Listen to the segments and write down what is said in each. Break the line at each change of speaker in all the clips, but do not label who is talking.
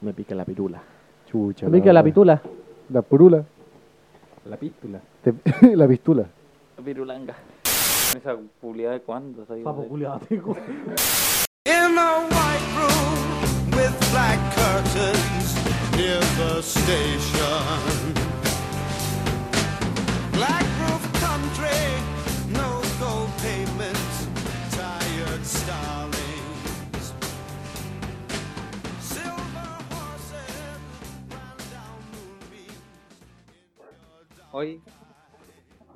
Me pica la pirula.
Chucha.
Me pica la
weá.
pitula.
La purula.
La pístula.
te- la pistula.
Virulanga. ¿Esa publicidad de cuándo? salió?
Papo culiado, te digo.
In a white room with black curtains near the station. Black roof country, no gold pavements, tired starlings. Silver horses run down moonbeams.
Hoy,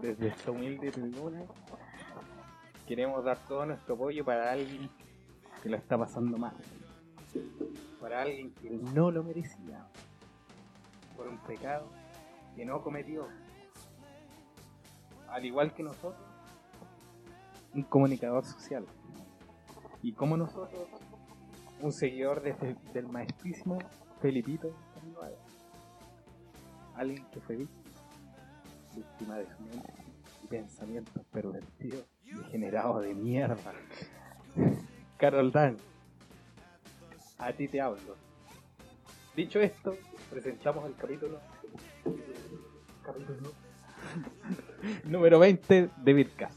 desde esta humilde tribuna, queremos dar todo nuestro apoyo para alguien que lo está pasando mal. Para alguien que no lo merecía. Por un pecado que no cometió. Al igual que nosotros, un comunicador social. Y como nosotros, un seguidor de Fe- del maestrísimo Felipito Camiloaga. Alguien que fue víctima víctima de su mente y pensamientos pervertidos degenerados de mierda. Carol Dan, a ti te hablo. Dicho esto, presentamos el capítulo, capítulo número 20 de Vircas.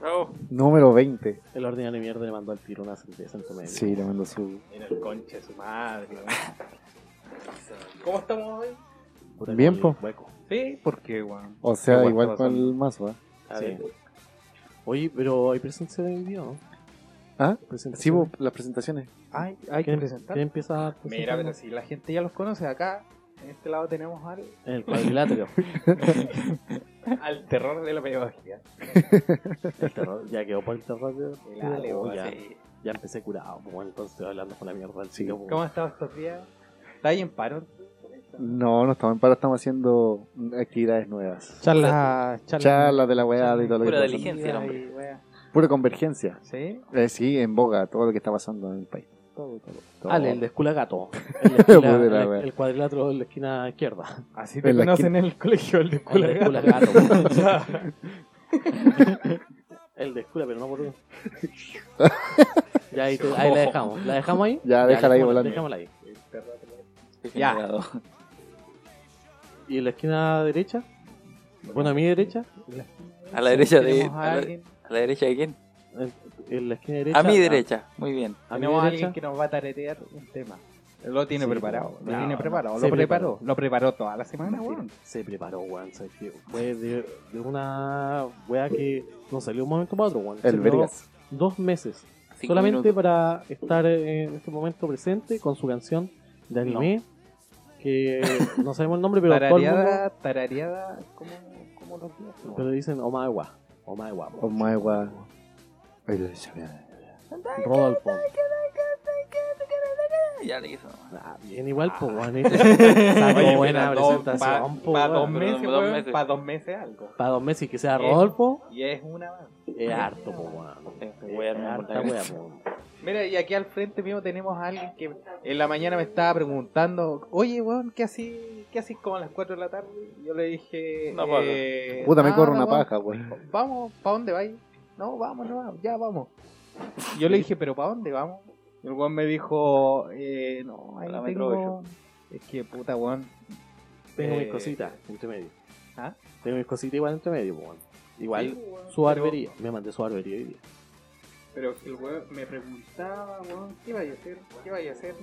Bravo.
Número 20.
El ordinario mierda le mandó al tiro una cerveza en tu medio.
Sí, le mando su.
Mira el conche de su madre. weón. ¿Cómo estamos hoy?
Puta,
Bien,
con el
po.
hueco.
Sí, porque, weón.
O sea,
Qué
igual
guapo
para el mazo, ¿ah?
A
Sí.
ver. Oye, pero hay presencia de video, ¿no?
¿Ah? Sí,
Presentación.
vos, las presentaciones.
Ay, hay que
¿Quién,
presentar.
quién empieza a
Mira,
presentarnos?
pero si la gente ya los conoce, acá, en este lado tenemos al
En el cuadrilátero.
al terror de la pedagogía.
El terror, ya quedó por el terror. de-
El Ale,
Oh,
weón,
ya,
sí.
ya empecé curado. po, Bueno, entonces estoy hablando con la mierda del pues. chico. po.
¿Cómo has estado estos días? ¿Estás ahí en paro?
No, no estamos en paro, estamos haciendo actividades nuevas.
Charlas, charlas.
Charlas de la weá, de todo lo que
Pura
está
diligencia.
pasando.
Diligencia, el hombre.
Ay, wea.
Pura convergencia.
¿Sí?
Eh, sí, en boga, todo lo que está pasando en el país.
Todo, todo, todo.
Todo.
Ale, el de escuela gato. El, de escuela-
Pude la
el-
wea.
el cuadrilátero de la esquina izquierda.
Así te
En la
conocen en el colegio, el de
El
escuela.
de escuela
gato.
gato. po. el de escuela, pero no por Ya ahí, te- ahí la dejamos. ¿La dejamos ahí?
Ya, déjala ahí
dejémosla-
volando.
Dejémosla ahí.
Ya.
¿Y en la esquina derecha? Bueno, a mi derecha.
A la derecha de.
Tenemos a
A la,
alguien,
a la derecha de quién?
En, en la esquina derecha.
A mi derecha. Muy bien.
A, a mi
tenemos a alguien
derecha.
que nos va a taretear un tema. Lo tiene
Sí,
preparado,
no,
lo tiene
no,
preparado,
se
lo preparó, lo preparó toda la semana,
Mentira.
weón.
Se preparó, weón. ¿sabes qué? Fue de, de una wea que no salió de un momento para otro, weón. Se
El
preparó
Vergas.
Dos meses.
Cinco
solamente
minutos.
para estar eh, en este momento presente con su canción de anime. Que no sabemos el nombre, pero todo el mundo-
Tarareada, tarareada, ¿cómo, cómo lo días?
Pero dicen Omae wa. Omae wa.
Oh my god. Ay, la chava.
Rodolfo.
Ya le hizo. nomás.
Ah, bien igual, pues, weón. Esa
Oye,
buena
pero dos-
presentación,
pa-
po,
pa'
weón.
dos meses,
Dos
weón,
meses.
pa' dos meses algo.
Para dos meses y que sea
Eh.
Rodolfo,
Y es una más.
es harto, po, weón.
Eh,
Es
wea, no me
harta pues,
acuerdo.
wea, po.
Mira, y aquí al frente mío tenemos a alguien que en la mañana me estaba preguntando, oye, weón, ¿qué así, qué así como a las 4 de la tarde? Y Yo le dije,
Una paja.
eh,
Puta, me corre
nada,
una
weón.
paja, weón.
Vamos, ¿para dónde vais? No, vamos, no, vamos, ya vamos. Yo le dije, pero ¿para dónde vamos? Y el weón me dijo, eh, no, ahí
A la
tengo... Es que puta, weón.
Tengo mis
Eh,
cositas entre medio.
¿Ah?
Tengo mis cositas igual entre medio, po, weón. Igual,
Sí, weón,
su
pero-
barbería. Me mandé su barbería hoy día.
Pero que el weón me preguntaba, weón, ¿qué vaya a hacer? ¿Qué vaya a hacer?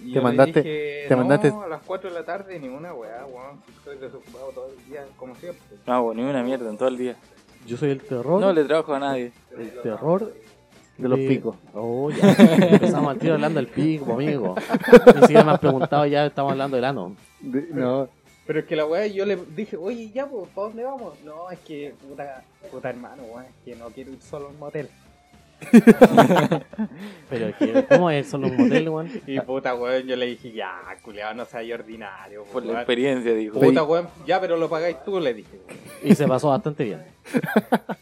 Y
Te
yo le
mandaste-
dije,
te
"No,
mandaste-
a las 4 de la tarde, ninguna weá, weón. Estoy desocupado todo el día, como siempre.
No hago ni una mierda en todo el día.
Yo soy el terror.
No le trabajo a nadie.
El terror
De los picos.
Oh, ya. Empezamos al tiro hablando del pico, amigo. Ni siquiera me has preguntado, ya estamos hablando del ano.
De- no,
Pero es que la weá, yo le dije, oye, ya, pues, ¿para dónde vamos? No, es que, puta, puta hermano, weón, es que no quiero ir solo a un motel.
Pero, que- ¿cómo es? Son los moteles, weón.
Ah.
Y puta, weón, yo le dije, ya, culeado, no seas ordinario,
Por la
weón".
experiencia, dijo.
Puta, weón, ya, pero lo pagáis tú, le dije. weón.
Y se pasó bastante bien.
Y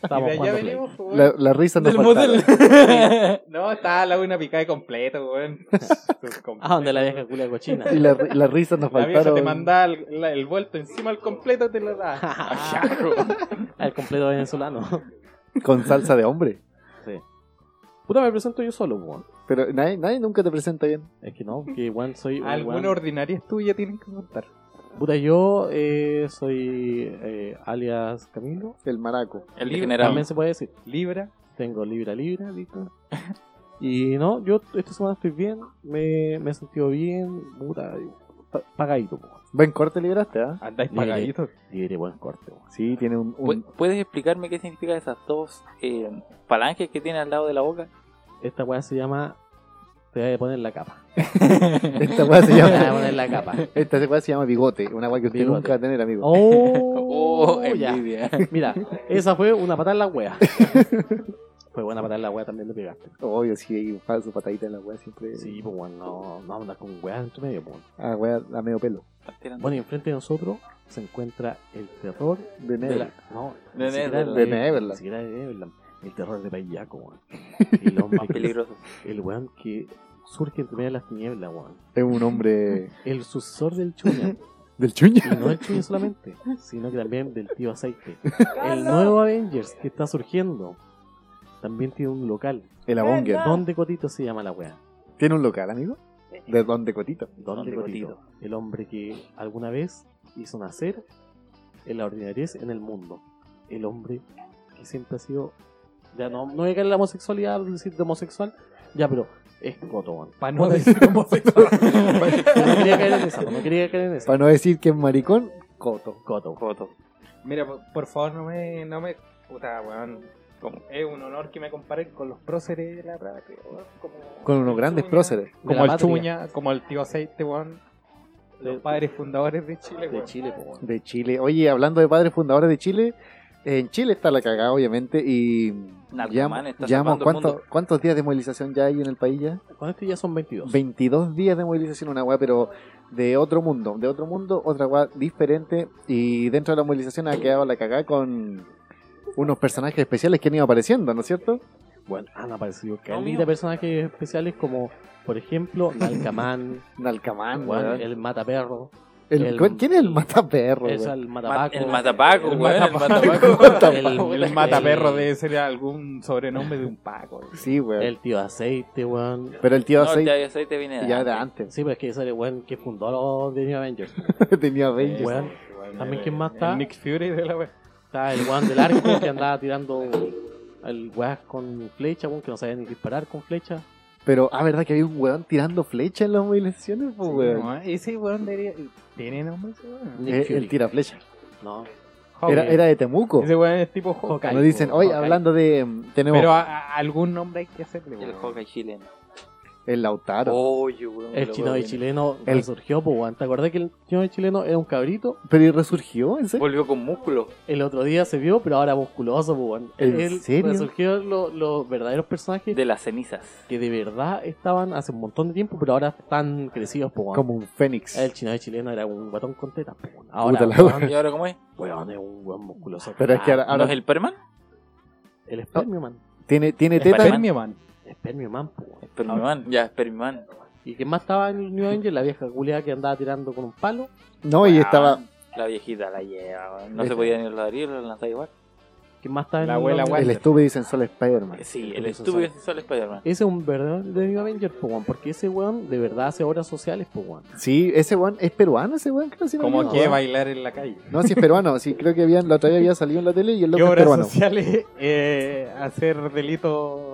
Estamos
de allá
jugando play.
venimos, pues, weón.
la, la risa no
Del
faltaba.
motel.
No, estaba la una picada de completo, weón.
Ah, donde la vieja culia cochina.
Y la, la risa nos
La
faltaron.
vieja te mandaba el, la- el vuelto encima al completo, te lo da.
Ah,
El completo venezolano.
Con salsa de hombre.
Sí. Puta, me presento yo solo, weón.
Pero nadie, nadie nunca te presenta bien.
Es que no, que weón soy.
Alguna
weón.
ordinaria es tuya, tienen que contar.
Puta, yo eh, soy eh, alias Camilo.
El maraco.
El
Libre.
degenerado.
También se puede decir.
Libra,
Tengo Libra Libra, ¿viste? Y no, yo esta semana estoy bien, me, me he sentido bien, puta, pa- pagadito, po.
Buen corte libraste, ¿ah?
andáis
Libre.
pagaditos.
Libre, buen corte, po.
Sí, tiene un. un-
¿Pue- ¿Puedes explicarme qué significan esas dos eh, falanges que tiene al lado de la boca?
Esta weá se llama. Te voy a poner la capa.
Esta weá se
Te voy a
llama.
poner la capa.
Esta weá se llama bigote. Una weá que usted
Bigote.
nunca va a tener, amigo.
Oh, ya.
envidia.
Mira, esa fue una patada en la wea. Fue buena patada en la wea también le pegaste.
Obvio, sí, hay un falso patadita en la weá siempre.
Sí, pues bueno, no, no andas con weas en tu medio, pues.
Ah, weá, a medio pelo.
Estás tirando.
Bueno, y enfrente de nosotros se encuentra el terror
De
de
negro.
la. No,
De
ni siquiera
Neverland.
de-
De Neverland.
ni siquiera de Neverland. El terror de Payaco, weón. El hombre que-
Peligroso.
El weón que surge entre medio de las tinieblas, weón.
Es un hombre.
El sucesor del chuña.
del chuña.
Y no el chuña solamente, sino que también del tío aceite. El nuevo Avengers que está surgiendo también tiene un local.
El abonger.
¿Dónde Cotito se llama la weá?
¿Tiene un local, amigo? ¿De dónde Cotito?
Donde
Donde
Cotito, El hombre que alguna vez hizo nacer en la ordinariez en el mundo. El hombre que siempre ha sido. Ya no, no voy a caer en la homosexualidad, voy a decir de homosexual. Ya, pero es Coto, weón.
Para no decir homosexual.
No quería caer en esa, no quería caer en esa.
Para no decir que es maricón, Coto.
Coto.
Joto.
Mira, por, por favor, no me. No me puta, weón. Como- es un honor que me comparen con los próceres de la patria, weón. Como
Con
el
unos grandes
Chuña,
próceres.
De la
Como el
patria.
Chuña, como el tío Aceite, weón. Los
De-
padres fundadores de Chile,
De
weón.
Chile, po,
pues.
weón.
De Chile. Oye, hablando de padres fundadores de Chile, en Chile está la cagada, obviamente, y...
Narcomán está
llevamos-
salvando el
¿cuánto-
mundo.
¿Cuántos días de movilización ya hay en el país ya?
Con este ya son 22.
22 días de movilización, una weá, pero de otro mundo, de otro mundo, otra weá diferente. Y dentro de la movilización ha quedado la cagada con unos personajes especiales que han ido apareciendo, ¿no es cierto?
Bueno, han aparecido calidad
mío.
de personajes especiales como, por ejemplo, Nalcamán,
Nalcamán,
weón,
Ah, weón.
el Mataperro,
El-
el-
¿Quién es el mataperro?
es
weón?
el
Ma-
Matapaco.
El matapaco,
El
weón. El
matapaco.
matapaco.
El-
El mataperro
el-
debe ser algún sobrenombre de un paco. weón.
Sí, weón.
El tío aceite, weón.
Pero el tío
No,
Aceite
ya, ya ahí te viene de
ya de
antes.
antes
Sí, pero es que ese era el weón que fundó los The New Avengers.
tenía 20.
Weón.
Weón,
También,
eh,
el-
¿quién más
Ah.
el
está?
Nick Fury de la weón.
Está el weón del arco que andaba tirando al weón con flecha, weón, que no sabía ni disparar con flecha.
Pero, ah, ¿verdad que había un weón tirando flecha en las movilizaciones? Pues, weón.
No, ese weón debería. ¿Tiene nombre ese weón?
Nick
Eh,
Fury.
el tira flecha.
No.
Era,
Hawkeye.
era de Temuco.
Ese weón es tipo Hawkeye.
Hawkeye,
Nos dicen,
weón.
hoy
Hawkeye.
hablando de. mm, Tenemos
Pero a- a- algún nombre hay que hacerle,
El
weón.
Hawkeye chileno.
el Lautaro.
Oh. Oye, weón,
El
lo
chino
veo
de
bien.
chileno
El-
resurgió, pues, weón. ¿Te acordás que el chino de chileno era un cabrito?
Pero y resurgió, ¿en serio?
Volvió con músculo.
El otro día se vio, pero ahora musculoso, pues, weón.
¿En
Él
serio?
Resurgió lo- los verdaderos personajes
De las cenizas.
que de verdad estaban hace un montón de tiempo, pero ahora están crecidos, pues, weón.
Como un fénix.
El chino de chileno era un guatón con tetas, pues, weón. Ahora,
Puta la
weón,
¿Y ahora cómo es? Ah,
Weón, es un weón musculoso.
Pero es que ahora,
¿No
ahora
es el Perman?
El Spermio Man.
tiene, Eh, tiene
es
teta.
Batman.
Fermi, man.
Spermio Man, po, weón.
Permiman, Ah. ya, es Permiman.
¿Y que más estaba en el New Angel? La vieja culiada que andaba tirando con un palo.
No,
Ah,
y estaba.
La viejita la lleva, weón. No
Esa.
se podía ni los abrir, la lanzaba igual.
¿Quién más estaba en
La
el
abuela,
New
weón.
El
Avenger?
estúpido y sensual Spider-Man.
Sí,
el
el
sensual.
estúpido sensual Spider-Man.
Ese es un verdadero Avenger, po, weón, porque ese weón de verdad hace obras sociales, po, weón.
Sí, ese weón es peruano, ese weón, creo si no me
Como
equivoco.
que bailar en la calle.
No, sí es peruano, sí, creo que habían, la otra vez había salido en la tele y el
¿Qué
loco es
obras
peruano.
sociales eh, hacer delito?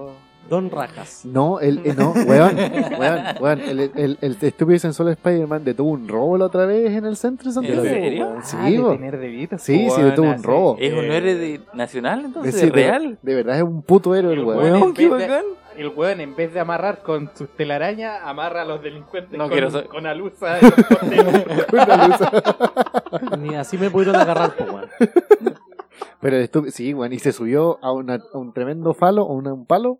Don Rajas.
No, el, eh, no, weón, weón, weón, el, el, el estúpido y sensual Spider-Man detuvo un robo la otra vez en el centro de Santiago.
¿En serio?
weón.
Ah,
Sí,
de
weón.
tener delito.
Sí, sí, detuvo un
Eh,
robo.
¿Es un héroe de- nacional entonces?
Es decir, de-
¿Real?
De, verdad es un puto héroe el
El
weón.
weón
Weón, qué
en vez de-
bacán.
El weón, en vez de amarrar con sus telarañas, amarra a los delincuentes
No
con,
quiero ser-
con alusa. y los corte.
Una luz.
Ni así me pudieron agarrar, po, weón.
Pero el estúpido, sí, weón, y se subió a, una- a un tremendo falo, o una- un palo,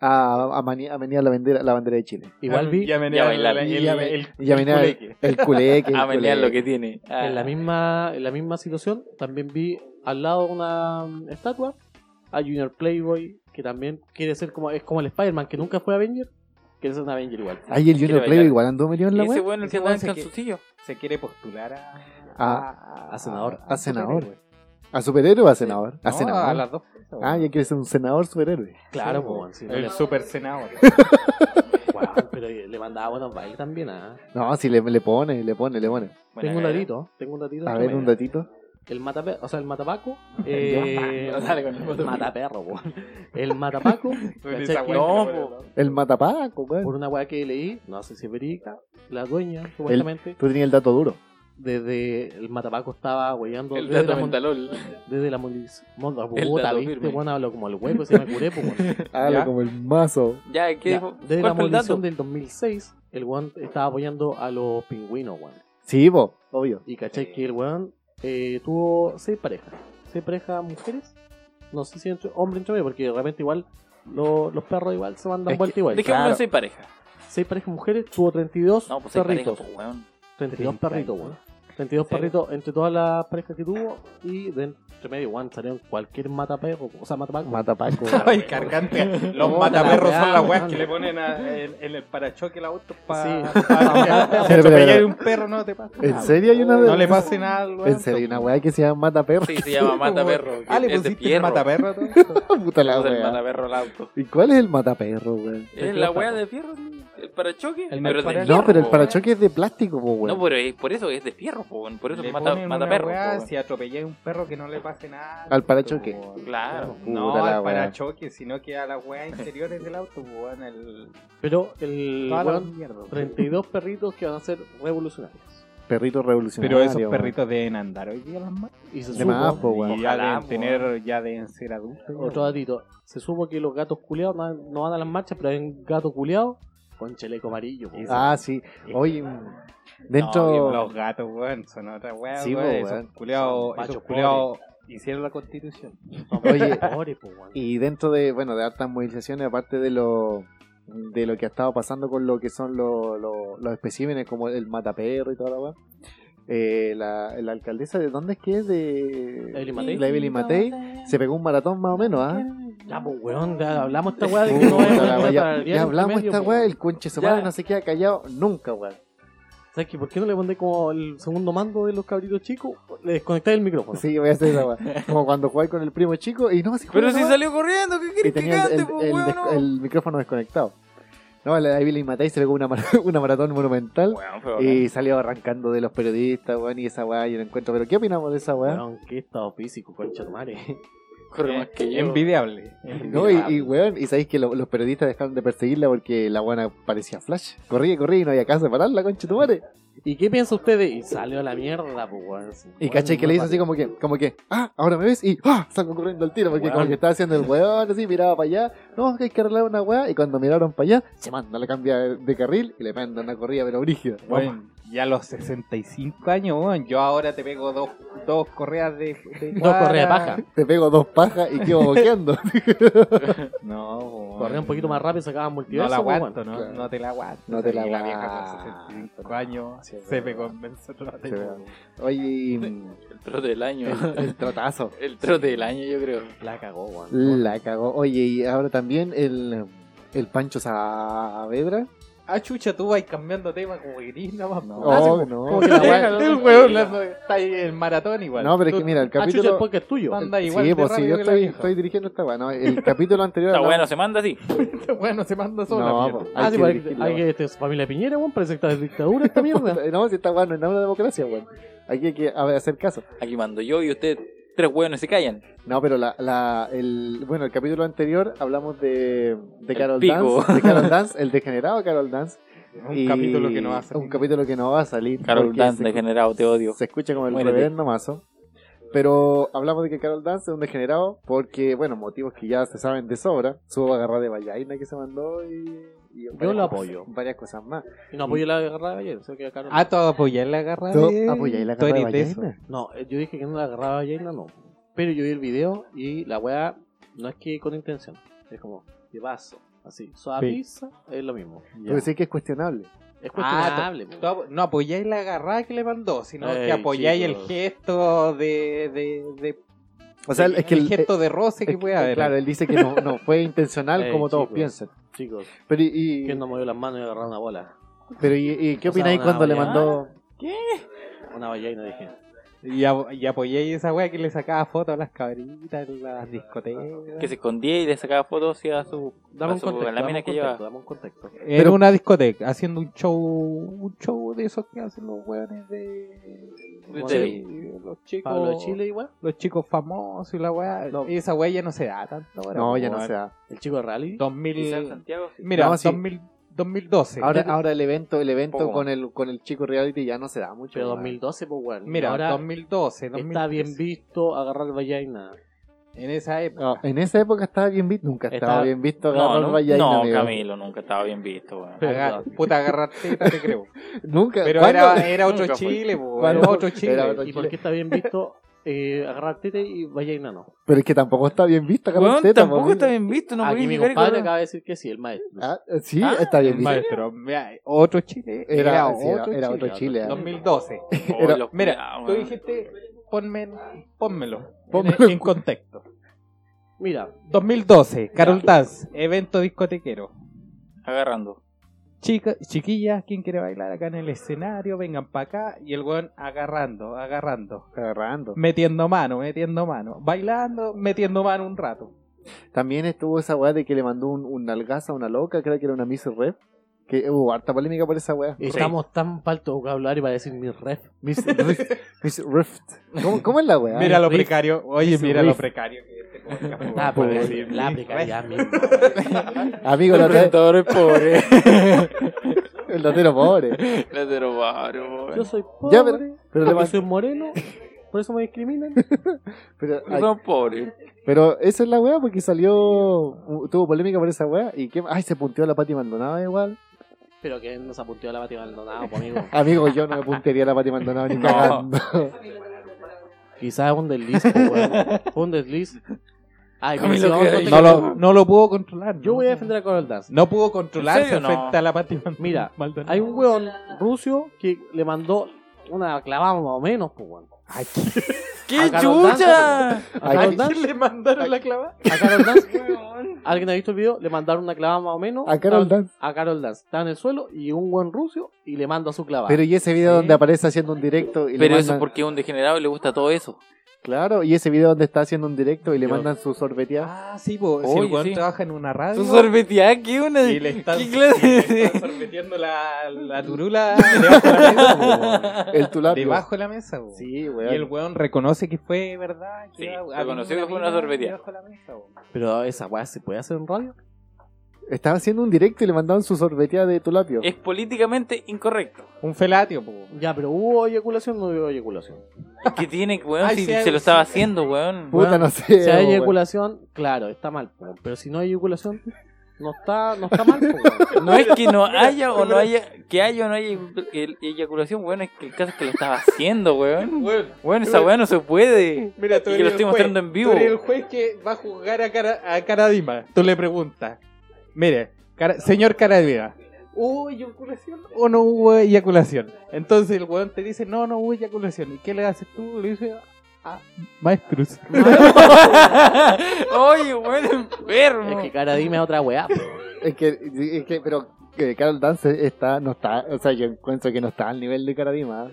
a, a, mani- a menear la bandera, la bandera de Chile.
Igual vi
Ya menear
Ya bailar.
el-
Y ya
el-
me-
el-
y ya
el
menear
culeque.
El culeque. el
A
culeque.
menear lo que tiene. Ah,
en la misma, en la misma situación, también vi al lado de una mm, estatua a Junior Playboy, que también quiere ser como, es como el Spider-Man, que nunca fue Avenger, quiere ser un Avenger igual.
Ay, el Junior
Quiere
Play
bailar.
igual andó metido en la
Ese
web.
weón el
Ese
que
weón
andaba en
se que-
calzoncillo.
Se quiere postular a...
Ah, A- a senador.
superhéroe.
¿A superhéroe o a senador? A
No,
senador.
Ah, a las dos cosas.
Ah, ya quieres ser un senador superhéroe.
Claro,
Sí,
po,
weón.
sí, no
El
le-
super senador.
Guau, pero le mandaba buenos bailes también, ¿ah?
No, si le, le pone, le pone, le pone.
Tengo un datito, tengo un datito.
A
que
ver,
me-
un datito.
El matape, o sea, el matapaco. eh,
No sale con el matapaco.
mataperro, weón. El matapaco. ¿cachai?
No,
El matapaco,
por
weón.
una weá que leí, no sé si es verídica, la dueña, supuestamente,
Tú tenías el dato duro.
desde el matapaco estaba weyando
El
desde,
dato
la mon-
mentalol.
desde la moviliz- mon- la
El
puta,
dato
viste,
firme.
weón, hablo como el hueco, se me curé, pues, weón.
Habla
Ya.
como el mazo.
Ya, ¿qué
Ya,
dijo?
Desde la
¿Cuál fue el dato?
movilización del 2006, el weón estaba apoyando a los pingüinos, weón.
Sí, po, obvio.
Y cachai que el weón eh, tuvo seis parejas. Seis parejas mujeres. No sé si entre, hombre entre medio, porque de repente igual lo- los perros igual se mandan
Es
vuelta igual.
Dejémoslo
Claro.
en seis parejas.
Seis parejas mujeres, tuvo 32
No, pues seis
perritos.
parejas, pues, weón.
32
Treinta y
perritos,
dos.
weón. 32
¿En serio?
perritos entre todas las parejas que tuvo. Y de entre medio, weón, salieron cualquier mataperro. O sea, matapaco.
Matapaco.
Ay, cargante. Los
No,
mataperros
la
son
weá,
las weas
weón.
que le ponen a- en, en el parachoque al auto para
Sí.
Pero, pero, pero.
un perro, no te pasa.
¿En serio hay una
No le pase nada al weón.
¿En serio hay una weá que se llama mataperro?
Sí, se llama Mataperro.
Ah, le
es de
pusiste el
fierro.
mataperro a todo esto.
Puta la
Es el
weá.
Mataperro al auto.
¿Y cuál es el mataperro, weón?
Es Eh, la weá de fierro, ¿no? el parachoque.
El
pero es de
parachoque.
fierro,
No, pero el
po,
parachoque es de plástico, po,
weón.
weón.
No,
pues,
pero es- por eso es de fierro, po, weón. por eso
Le
mata,
ponen
mata
una
perro.
weá,
po, weón.
si atropelláis a un perro que no le pase nada.
Al parachoque.
po, weón.
Claro.
Puta
No,
la
al
weá.
parachoque, sino que a las weas interiores del auto, po, weón. El...
Pero el
toda la
weón,
mierda, po.
32 perritos que van a ser revolucionarios.
Perrito revolucionario.
Pero esos
weón.
perritos deben andar hoy día las más.
Y se
De más,
supo,
po, weón.
Y ya
Ojalá,
deben
po,
tener, ya deben ser adultos.
Otro datito. Se supo que los gatos culeados no, no van a las marchas, pero hay un gato culeado con chaleco amarillo. po.
Ah, sí. Oye, mm, dentro.
No, los gatos, weón, son otra weá,
Sí,
weón.
po,
Esos
weón.
Son
culiados,
machos
esos culiados hicieron la constitución.
Oye,
Pobre, po, weón.
y dentro de, bueno, de hartas movilizaciones, aparte de lo de lo que ha estado pasando con lo que son lo- lo- los especímenes como el mataperro y toda la weá. eh, la, la alcaldesa de dónde es que es de
Evelyn Matei.
la Evelyn Matei se pegó un maratón más o menos ah
Ya, pues, weón, ya hablamos esta weá de que no
Puta
es
la weá,
para
ya,
el
ya
diario
hablamos
intermedio,
esta
po.
weá, el conche su
Ya.
madre no se queda callado nunca weón.
¿Sabes qué? ¿Por qué no le pondré como el segundo mando de los cabritos chicos? Le desconectáis el micrófono.
Sí, voy a hacer esa weá. Como cuando jugáis con el primo chico y no, si
Pero
juega
si
nomás.
salió corriendo, ¿qué
Y
quieres que
tenía el,
cante,
el-
po,
el
weón?
des-
No.
el micrófono desconectado. No, la Evelyn Matei se pegó una, mar- una maratón monumental
Weón, pero
y salió arrancando de los periodistas, weón, y esa weá yo no encuentro. Pero ¿qué opinamos de esa weá?
Weón, qué estado físico, concha tu madre.
corre más que yo.
Eh, Envidiable.
No, y, y, weón, y sabéis que lo- los periodistas dejaron de perseguirla porque la weá parecía flash. Corría, corría y no había casa de pararla, concha tu madre.
¿Y qué piensa usted de.? Y salió a la mierda, pues, weón.
Y caché que le hizo así como que, como que, ah, ahora me ves y ah, salgo corriendo al tiro, porque
Weón.
como que estaba haciendo el weón, así, miraba para allá, no, que hay que arreglar una weá, y cuando miraron para allá, se manda, le cambia de carril y le manda una corrida pero brígida.
Weón, ya a los 65 años, weón, yo ahora te pego dos, dos correas de, de
No, correa de
"Ah".
cuadra.
paja.
Te pego dos pajas y quedo boqueando.
No, weón.
Corría un poquito más rápido, sacaba
No
multiverso.
la
pues,
aguanto,
weón.
no,
Claro.
no te la aguanto.
No te la
Y vieja
aguanto.
con 65 años
Sí, es
se me
verdad.
convence otra
Sí,
vez.
verdad. Oye, y, mm,
El trote del año.
el, el trotazo.
El trote del año, yo creo.
La cagó, weón.
La cagó. Oye, y ahora también el, el Pancho Saavedra.
Ah, chucha, tú vas cambiando tema como gris, no más.
No,
Ah, sí, po.
Oh, no.
Como que la weá- el weón la- está ahí en maratón igual.
No, pero es
Tú-
que mira, el
Ah, chucha, el
capítulo...
podcast es tuyo.
Anda igual
Sí,
de
pues sí,
rápido
yo
que la
estoy,
vieja.
estoy dirigiendo esta weá. ¿no? El capítulo anterior...
Está
hablamos-
bueno, se manda así.
Bueno, este se manda sola.
No,
mierda.
po.
Ah,
Hay
sí,
que
parece que
dirigirla,
hay que- este es familia Piñera, weón. Parece que está de dictadura esta mierda.
No, si esta weá no es nada una democracia, weón. Aquí hay que a ver, hacer caso.
Aquí mando yo y usted, tres hueones se callan.
No, pero la, la, el, bueno, el capítulo anterior hablamos de, de
El
Carol
pico.
Dance, de Carol Dance, el degenerado Carol Dance.
Un
y-
capítulo que no hace.
Un capítulo que no va a salir.
Carol
porque
Dance,
se-
degenerado, te odio.
Se escucha como el
Muérete.
reverendo mazo. Pero hablamos de que Carol Dance es un degenerado porque, bueno, motivos que ya se saben de sobra. Subo a agarrar de Vallaina que se mandó y. y varias
lo
cosas-
apoyo.
Varias cosas más.
No apoyé la agarrada de ayer. sino que acá no-
Ah, tú apoyar la garra
¿Tú
de...
apoyáis la
tú
agarrada de
eres de eso.
Vallaina?
No, eh, yo dije que no la agarraba Jaina, no. Pero yo vi el video y la weá no es que con intención. Es como, de vaso. Así, suaviza, es lo mismo.
Tú decís que es cuestionable.
Es pues.
Ah,
cuestionable. po.
tú ap- no apoyáis la agarrada que le mandó, sino
Ey,
que apoyáis el
chicos.
gesto de, de, de-
O sea,
de-
es que
el,
el,
gesto de roce que
Es
puede
que,
haber.
Claro, él dice que no, no fue intencional
Eh,
como todos
chicos.
piensan.
Chicos,
Pero, y,
¿quién no movió las manos y agarró una bola?
pero y, y ¿qué
O sea,
opináis
una
cuando le
ballena.
mandó
Una ballena, dije.
Y, ap- y apoyé esa wea que le sacaba fotos a las cabritas, en las discotecas.
Que se escondía y le sacaba fotos y a su,
Dame
a
un
su
contexto,
la
dame
mina
un
que
contexto,
lleva.
dame un contexto.
Era una discoteca, haciendo un show, un show de esos que hacen los weones de...
De
tele.
los chicos...
Pablo de Chile igual,
Los chicos famosos y la weá.
No.
Esa weá ya no se da tanto ahora.
No,
po,
ya no
weón.
se da.
el chico de rally.
2000...
Y San Santiago, sí.
Mira,
No, sí.
2000 2012.
Ahora,
Ya-
ahora el evento, el evento
Poco.
con el con el chico reality ya no se da mucho.
Pero
weón.
2012, pues weón.
mira,
ahora
2012, 2013.
está bien visto agarrar vallaina.
En esa época.
No, en esa época estaba bien visto, nunca estaba
Estaba-
bien visto
No,
agarrar
no,
vallaina,
no,
amigo.
Camilo, nunca estaba bien visto. weón.
Pero-
Aga- puta, agarrarte, te creo.
Nunca.
Pero
¿cuándo?
eh,
era, era otro
Nunca fue.
Chile, po,
¿Cuándo?
era otro Chile.
Era otro
¿Y por qué está bien visto eh, agarrar tete y vallaina no?
Pero es que tampoco está bien visto agarrar
Weón,
teta,
tampoco
po,
está
amigo.
bien visto. No
Aquí
podía
Ah, mi
llegar y
compadre
correr.
acaba de decir que sí, el maestro.
Ah, sí,
Ah,
está bien visto.
Maestro, mira, otro Chile.
Era-
Era,
sí, era-
otro
era
Chile.
otro Chile, ¿eh?
2012.
Oh,
Era-
los
Mira,
culiados,
tú
weón.
dijiste, ponme, en- pónmelo.
Pónmelo.
En, en contexto.
Mira,
2012, Carol Dance, evento discotequero.
Agarrando.
Chica, chiquillas, ¿quién quiere bailar acá en el escenario? Vengan para acá. Y el weón agarrando, agarrando.
Agarrando.
Metiendo mano, metiendo mano. Bailando, metiendo mano un rato.
También estuvo esa weá de que le mandó un, un nalgazo a una loca, creo que era una Miss Rep. Que hubo harta polémica por esa weá.
estamos tan faltos de vocabulario para decir mi ref.
Miss Rift. Miss Rift. ¿Cómo, cómo es la weá?
Mira lo
riff.
precario. Oye,
Es un
mira lo
riff.
precario que es este podcast, po.
Ah,
Por
pero es
decir
la
mi
precariedad
ref.
misma.
Amigo, el datero,
es pobre.
el datero pobre.
El datero bárbaro,
Yo
weón.
soy pobre,
Ya, pero- Pero, le
porque
man-
soy moreno, por eso me discriminan.
pero,
No son pobres.
pero esa es la weá porque salió. u- Tuvo polémica por esa weá. Y que, ay, se punteó la Pati Maldonado igual.
Pero que nos apunteó a la Pati Maldonado, pues, amigo.
Amigo, yo no me puntearía a la Pati Maldonado ni
No.
cagando.
Quizás es un desliz, pues, weón. Fue un desliz. Ay, pero
Camilo,
si vamos
¿qué
a
hay?
contar
No
que-
lo, no lo pudo controlar.
Yo
¿no?
voy a defender a Coral Dance.
No pudo controlarse
¿En serio? No.
frente a la Pati Maldonado.
Mira, Hay un weón ruso que le mandó una clavada más o menos, pues, weón.
¡Qué
Carol
chucha!
A
Ay,
Carol Dance,
le mandaron la clava?
a Carol Dance, alguien ha visto el video, le mandaron una clavada más o menos.
A Carol
Estaba-
Dance.
A Carol Dance. Está en el suelo y un weón ruso y le manda su clavada.
Pero y ese video
Sí.
donde aparece haciendo un directo. Y le
Pero eso
mandan-
es porque es un degenerado y le gusta todo eso.
Claro, y ese video donde está haciendo un directo y le
Yo-
mandan su sorbeteada.
Ah, sí, po. si
Oye,
el weón
sí.
trabaja en una radio.
¿Tú sorbeteás? ¿Qué una?
Y le están,
¿Qué clase
le están
de.?
sorbeteando la, la turula debajo de la mesa,
El
po.
tulapio.
Debajo de la mesa, po.
Sí,
Y
weón.
el weón reconoce que fue verdad.
Sí,
había
reconoció que fue una
mina
sorbeteada.
debajo de la mesa, po.
Pero esa weá se puede hacer en radio.
Estaba haciendo un directo y le mandaban su sorbeteada de tulapio.
Es políticamente incorrecto.
Un felatio, po.
Ya, pero hubo eyaculación o no hubo eyaculación.
¿Qué tiene, weón?
Ay,
si
sí,
se
sí.
lo estaba haciendo, weón.
Puta, no sé.
Si hay
weón.
eyaculación, claro, está mal, pues, weón. pero si no hay eyaculación, no está, no está mal. pues, weón.
No es que no haya o no haya. Que haya o no haya el- eyaculación, weón. Es que el caso es que lo estaba haciendo, weón. Weón, esa weón no se puede.
Mira, tú
Y que
eres
lo
el
estoy
juez.
mostrando en vivo.
Tú eres el juez que va a juzgar a, cara, a Caradima. Tú le preguntas, mire, cara- señor Caradima, ¿hubo eyaculación o no hubo eyaculación? Entonces el weón te dice, no, no hubo eyaculación. ¿Y qué le haces tú? Le dices, ah, maestros.
Oye, weón, enfermo.
Es que cara dime otra weá. pues.
Es que, es que pero que Carol Dance está, no está, o sea, yo encuentro que no está al nivel de Caradima.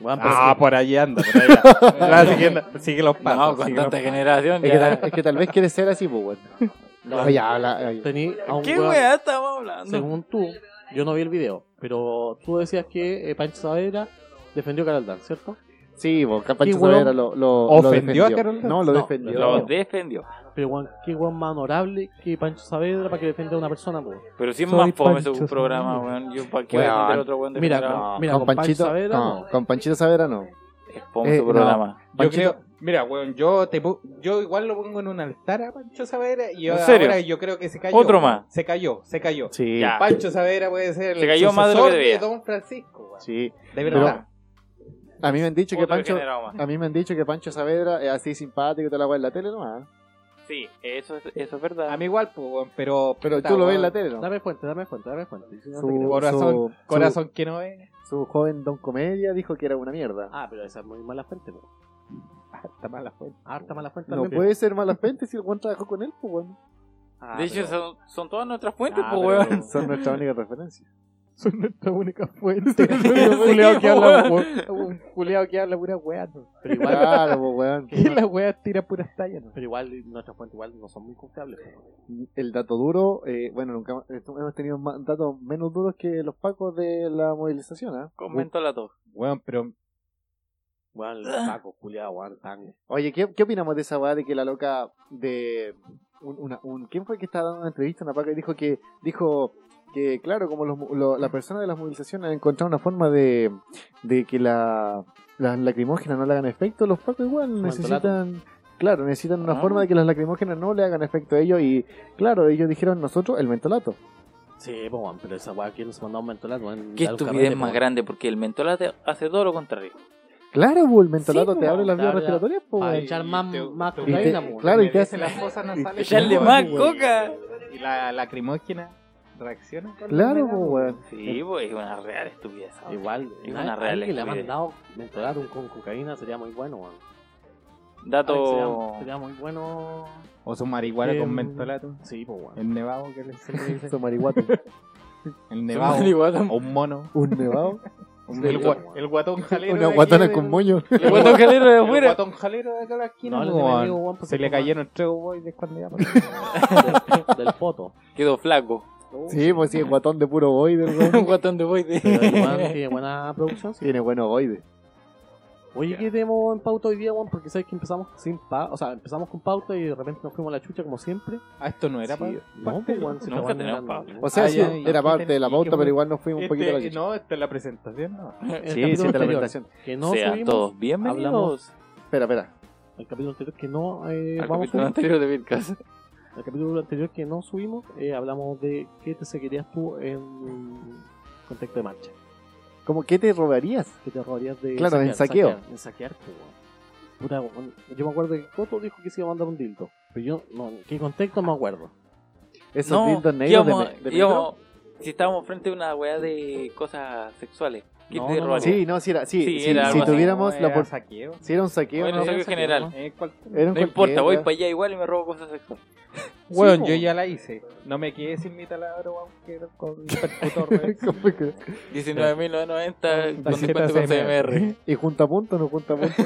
Weón, pero
Ah,
es que-
por ahí anda, por ahí anda. Claro, sigue, sigue los
pues, No,
pasos.
con
sigue
tanta
los-
generación.
Es que,
Ya.
tal, es que tal vez quiere ser así, pues, weón. No, ya habla. ay.
Tení a un
¿Qué
weón-
weá estamos hablando?
según tú, yo no vi el video, pero tú decías que eh, Pancho Saavedra defendió a Carol Dance, ¿cierto?
Sí, pues, Pancho
weón,
Saavedra lo, lo-
¿ofendió
lo
a
defendió.
Carol Dance?
No, lo
No,
defendió.
Lo defendió.
Pero weón, qué weón más honorable que Pancho Saavedra para que defienda a una persona, po.
Pero si es
Soy
más fome su
Pancho
programa,
Saavedra.
weón. Yo para qué voy a
Weón,
defender a otro weón de
mira,
programa.
Mira,
con,
con
Panchito,
Pancho Saavedra,
no,
no.
con Panchito Saavedra no.
Es fome
eh,
su programa.
Yo
Panchito-
creo, mira, weón, yo te pu- yo igual lo pongo en un altar a Pancho Saavedra y
¿En
ahora
serio?
yo creo que se cayó.
Otro más.
Se cayó, se cayó. Ah.
Sí,
Ya.
Pancho Saavedra puede ser el
Se cayó más de lo
sucesor
que debía.
Don Francisco, weón.
sí.
De
Pero-
verdad.
A mí me han dicho que
Otro
Pancho,
degenerado más.
a mí me han dicho que Pancho Saavedra es así simpático y toda la weá en la tele nomás.
Sí, eso es, eso es verdad.
A mí igual, pues, weón, pero
Pero
puta,
tú lo ves en la
weón,
tele, ¿no?
Dame fuente, dame fuente, dame fuente. Si no te
Su-
creo.
Corazón,
su-
corazón que no es.
su- su joven Don Comedia dijo que era una mierda.
Ah, pero esa es muy mala fuente, po.
Está mala fuente.
Harta mala fuente
No
también, po.
puede ser malas pentes si el Juan trabajó con él, pues bueno.
Ah,
de hecho,
pero-
son, son todas nuestras fuentes,
Ah,
pues,
pero-
weón.
Son nuestra única referencia.
Son nuestra única fuente.
Sí,
un culeado que habla,
weón.
un culeado que habla pura weá. ¿no?
Pero igual,
Claro, pues, weón.
Y la weá tira puras tallas. ¿no?
pero igual nuestras fuentes igual no son muy confiables. po.
El dato duro, eh, bueno, nunca esto- hemos tenido más- datos menos duros que los pacos de la movilización, ¿ah?
Comento la tos.
Weón, pero
Weón,
Ah.
los tacos, culiados, weón, tan.
Oye, ¿qué, qué opinamos de esa weá de que la loca de. Un, una- un- ¿Quién fue el que estaba dando una entrevista a una paca y dijo que. Dijo que, claro, como los, mu- lo- la persona de las movilizaciones ha encontrado una forma de. de que la. las lacrimógenas no le hagan efecto, los pacos igual necesitan. Claro, necesitan una
Ah.
forma de que las lacrimógenas no le hagan efecto a ellos y, claro, ellos dijeron nosotros el mentolato.
Sí, po, weón, pero esa weá que nos mandaba un mentolado, weón.
Qué
dar un
estupidez
carrete,
más
po.
grande, porque el mentolate hace todo lo contrario.
Claro, pues, el mentolato
Sí,
te
po,
abre las
te
vías
abre la-
respiratorias, pues.
Para
weón.
echar más, más
y te-
cocaína, po, weón.
claro, y te
merece
hace-
las fosas nasales.
Echarle
weón,
más
weón.
coca.
Y la lacrimógena reacciona. con la
Claro,
humedad,
pues, weón.
Sí, pues es una real estupidez. esa weá.
Igual,
Es
na-
una real
alguien le ha
estupidez.
mandado mentolado con cocaína, sería muy bueno, weón.
Dato.
Sería, sería muy bueno.
O su marihuana
Em,
con mentolato.
Sí, pues, weón.
El nevado que le siempre dice.
Su marihuato.
El
Son
nevado.
igual,
o un mono.
Un nevado.
Sí,
el, gua-
weón.
el guatón jalero.
Una
de aquí
guatona
del-
con moño.
El guatón jalero de
El
afuera.
guatón jalero de acá de la esquina.
No, le
weón.
tenía miedo, weón, porque
se le
toma
cayeron tres ovoides cuando iba
del- Del foto.
Quedó flaco.
Sí, pues sí, el guatón de puro ovoide, el weón.
Un guatón de boy de.
Pero el weón tiene buena producción, sí.
Tiene buen ovoide.
Oye, ¿qué tenemos en pauta hoy día, weón? Porque sabes que empezamos sin pauta. O sea, empezamos con pauta y de repente nos fuimos a la chucha, como siempre.
Ah, esto no era
Sí,
para.
No, pues, weón, si
Nunca
estaban
tenemos
mirando,
pauta.
weón.
O sea,
Ah,
sí,
ya, ya.
era parte de la pauta, pero igual nos fuimos un poquito a la
Este-
chicha.
no, esta es la presentación, no.
El
Sí,
capítulo
sí, te la
anterior,
presentación.
Que no
Sean
subimos
todos bienvenidos
hablamos-
Espera, espera.
El capítulo anterior que no. eh,
al
vamos a
capítulo
subir.
anterior de Bitcast.
El capítulo anterior que no subimos, eh, hablamos de qué te seguirías tú en contexto de marcha.
¿Cómo qué te robarías?
Que te robarías de.
Claro, en saqueo.
saquear, en saquearte, weón. Puta, weón, Yo me acuerdo que Coto dijo que se iba a mandar un dildo. Pero yo, no, en qué contexto no me acuerdo.
Esos
No,
dildos negros de,
íbamos,
me- de
íbamos- si estábamos frente a una weá de cosas sexuales. ¿Qué te
No, no, no.
metro.
robaría?
Sí, no, si era, sí,
pues, Sí,
sí,
era
si
algo así.
tuviéramos
No,
la
era
por-
saqueo.
si era un saqueo,
Bueno,
no,
saqueo
era un
general.
Eh, cualquier-
Era un
No importa,
cualquiera.
voy para allá igual y me robo cosas sexuales.
Weón,
po.
yo ya la hice. No me quedé sin mi taladro, weón, que era con percutor.
¿Cómo es que-
19.990 con
Tarjeta
descuento con
CMR.
CMR.
¿Y junta punto no junta punto?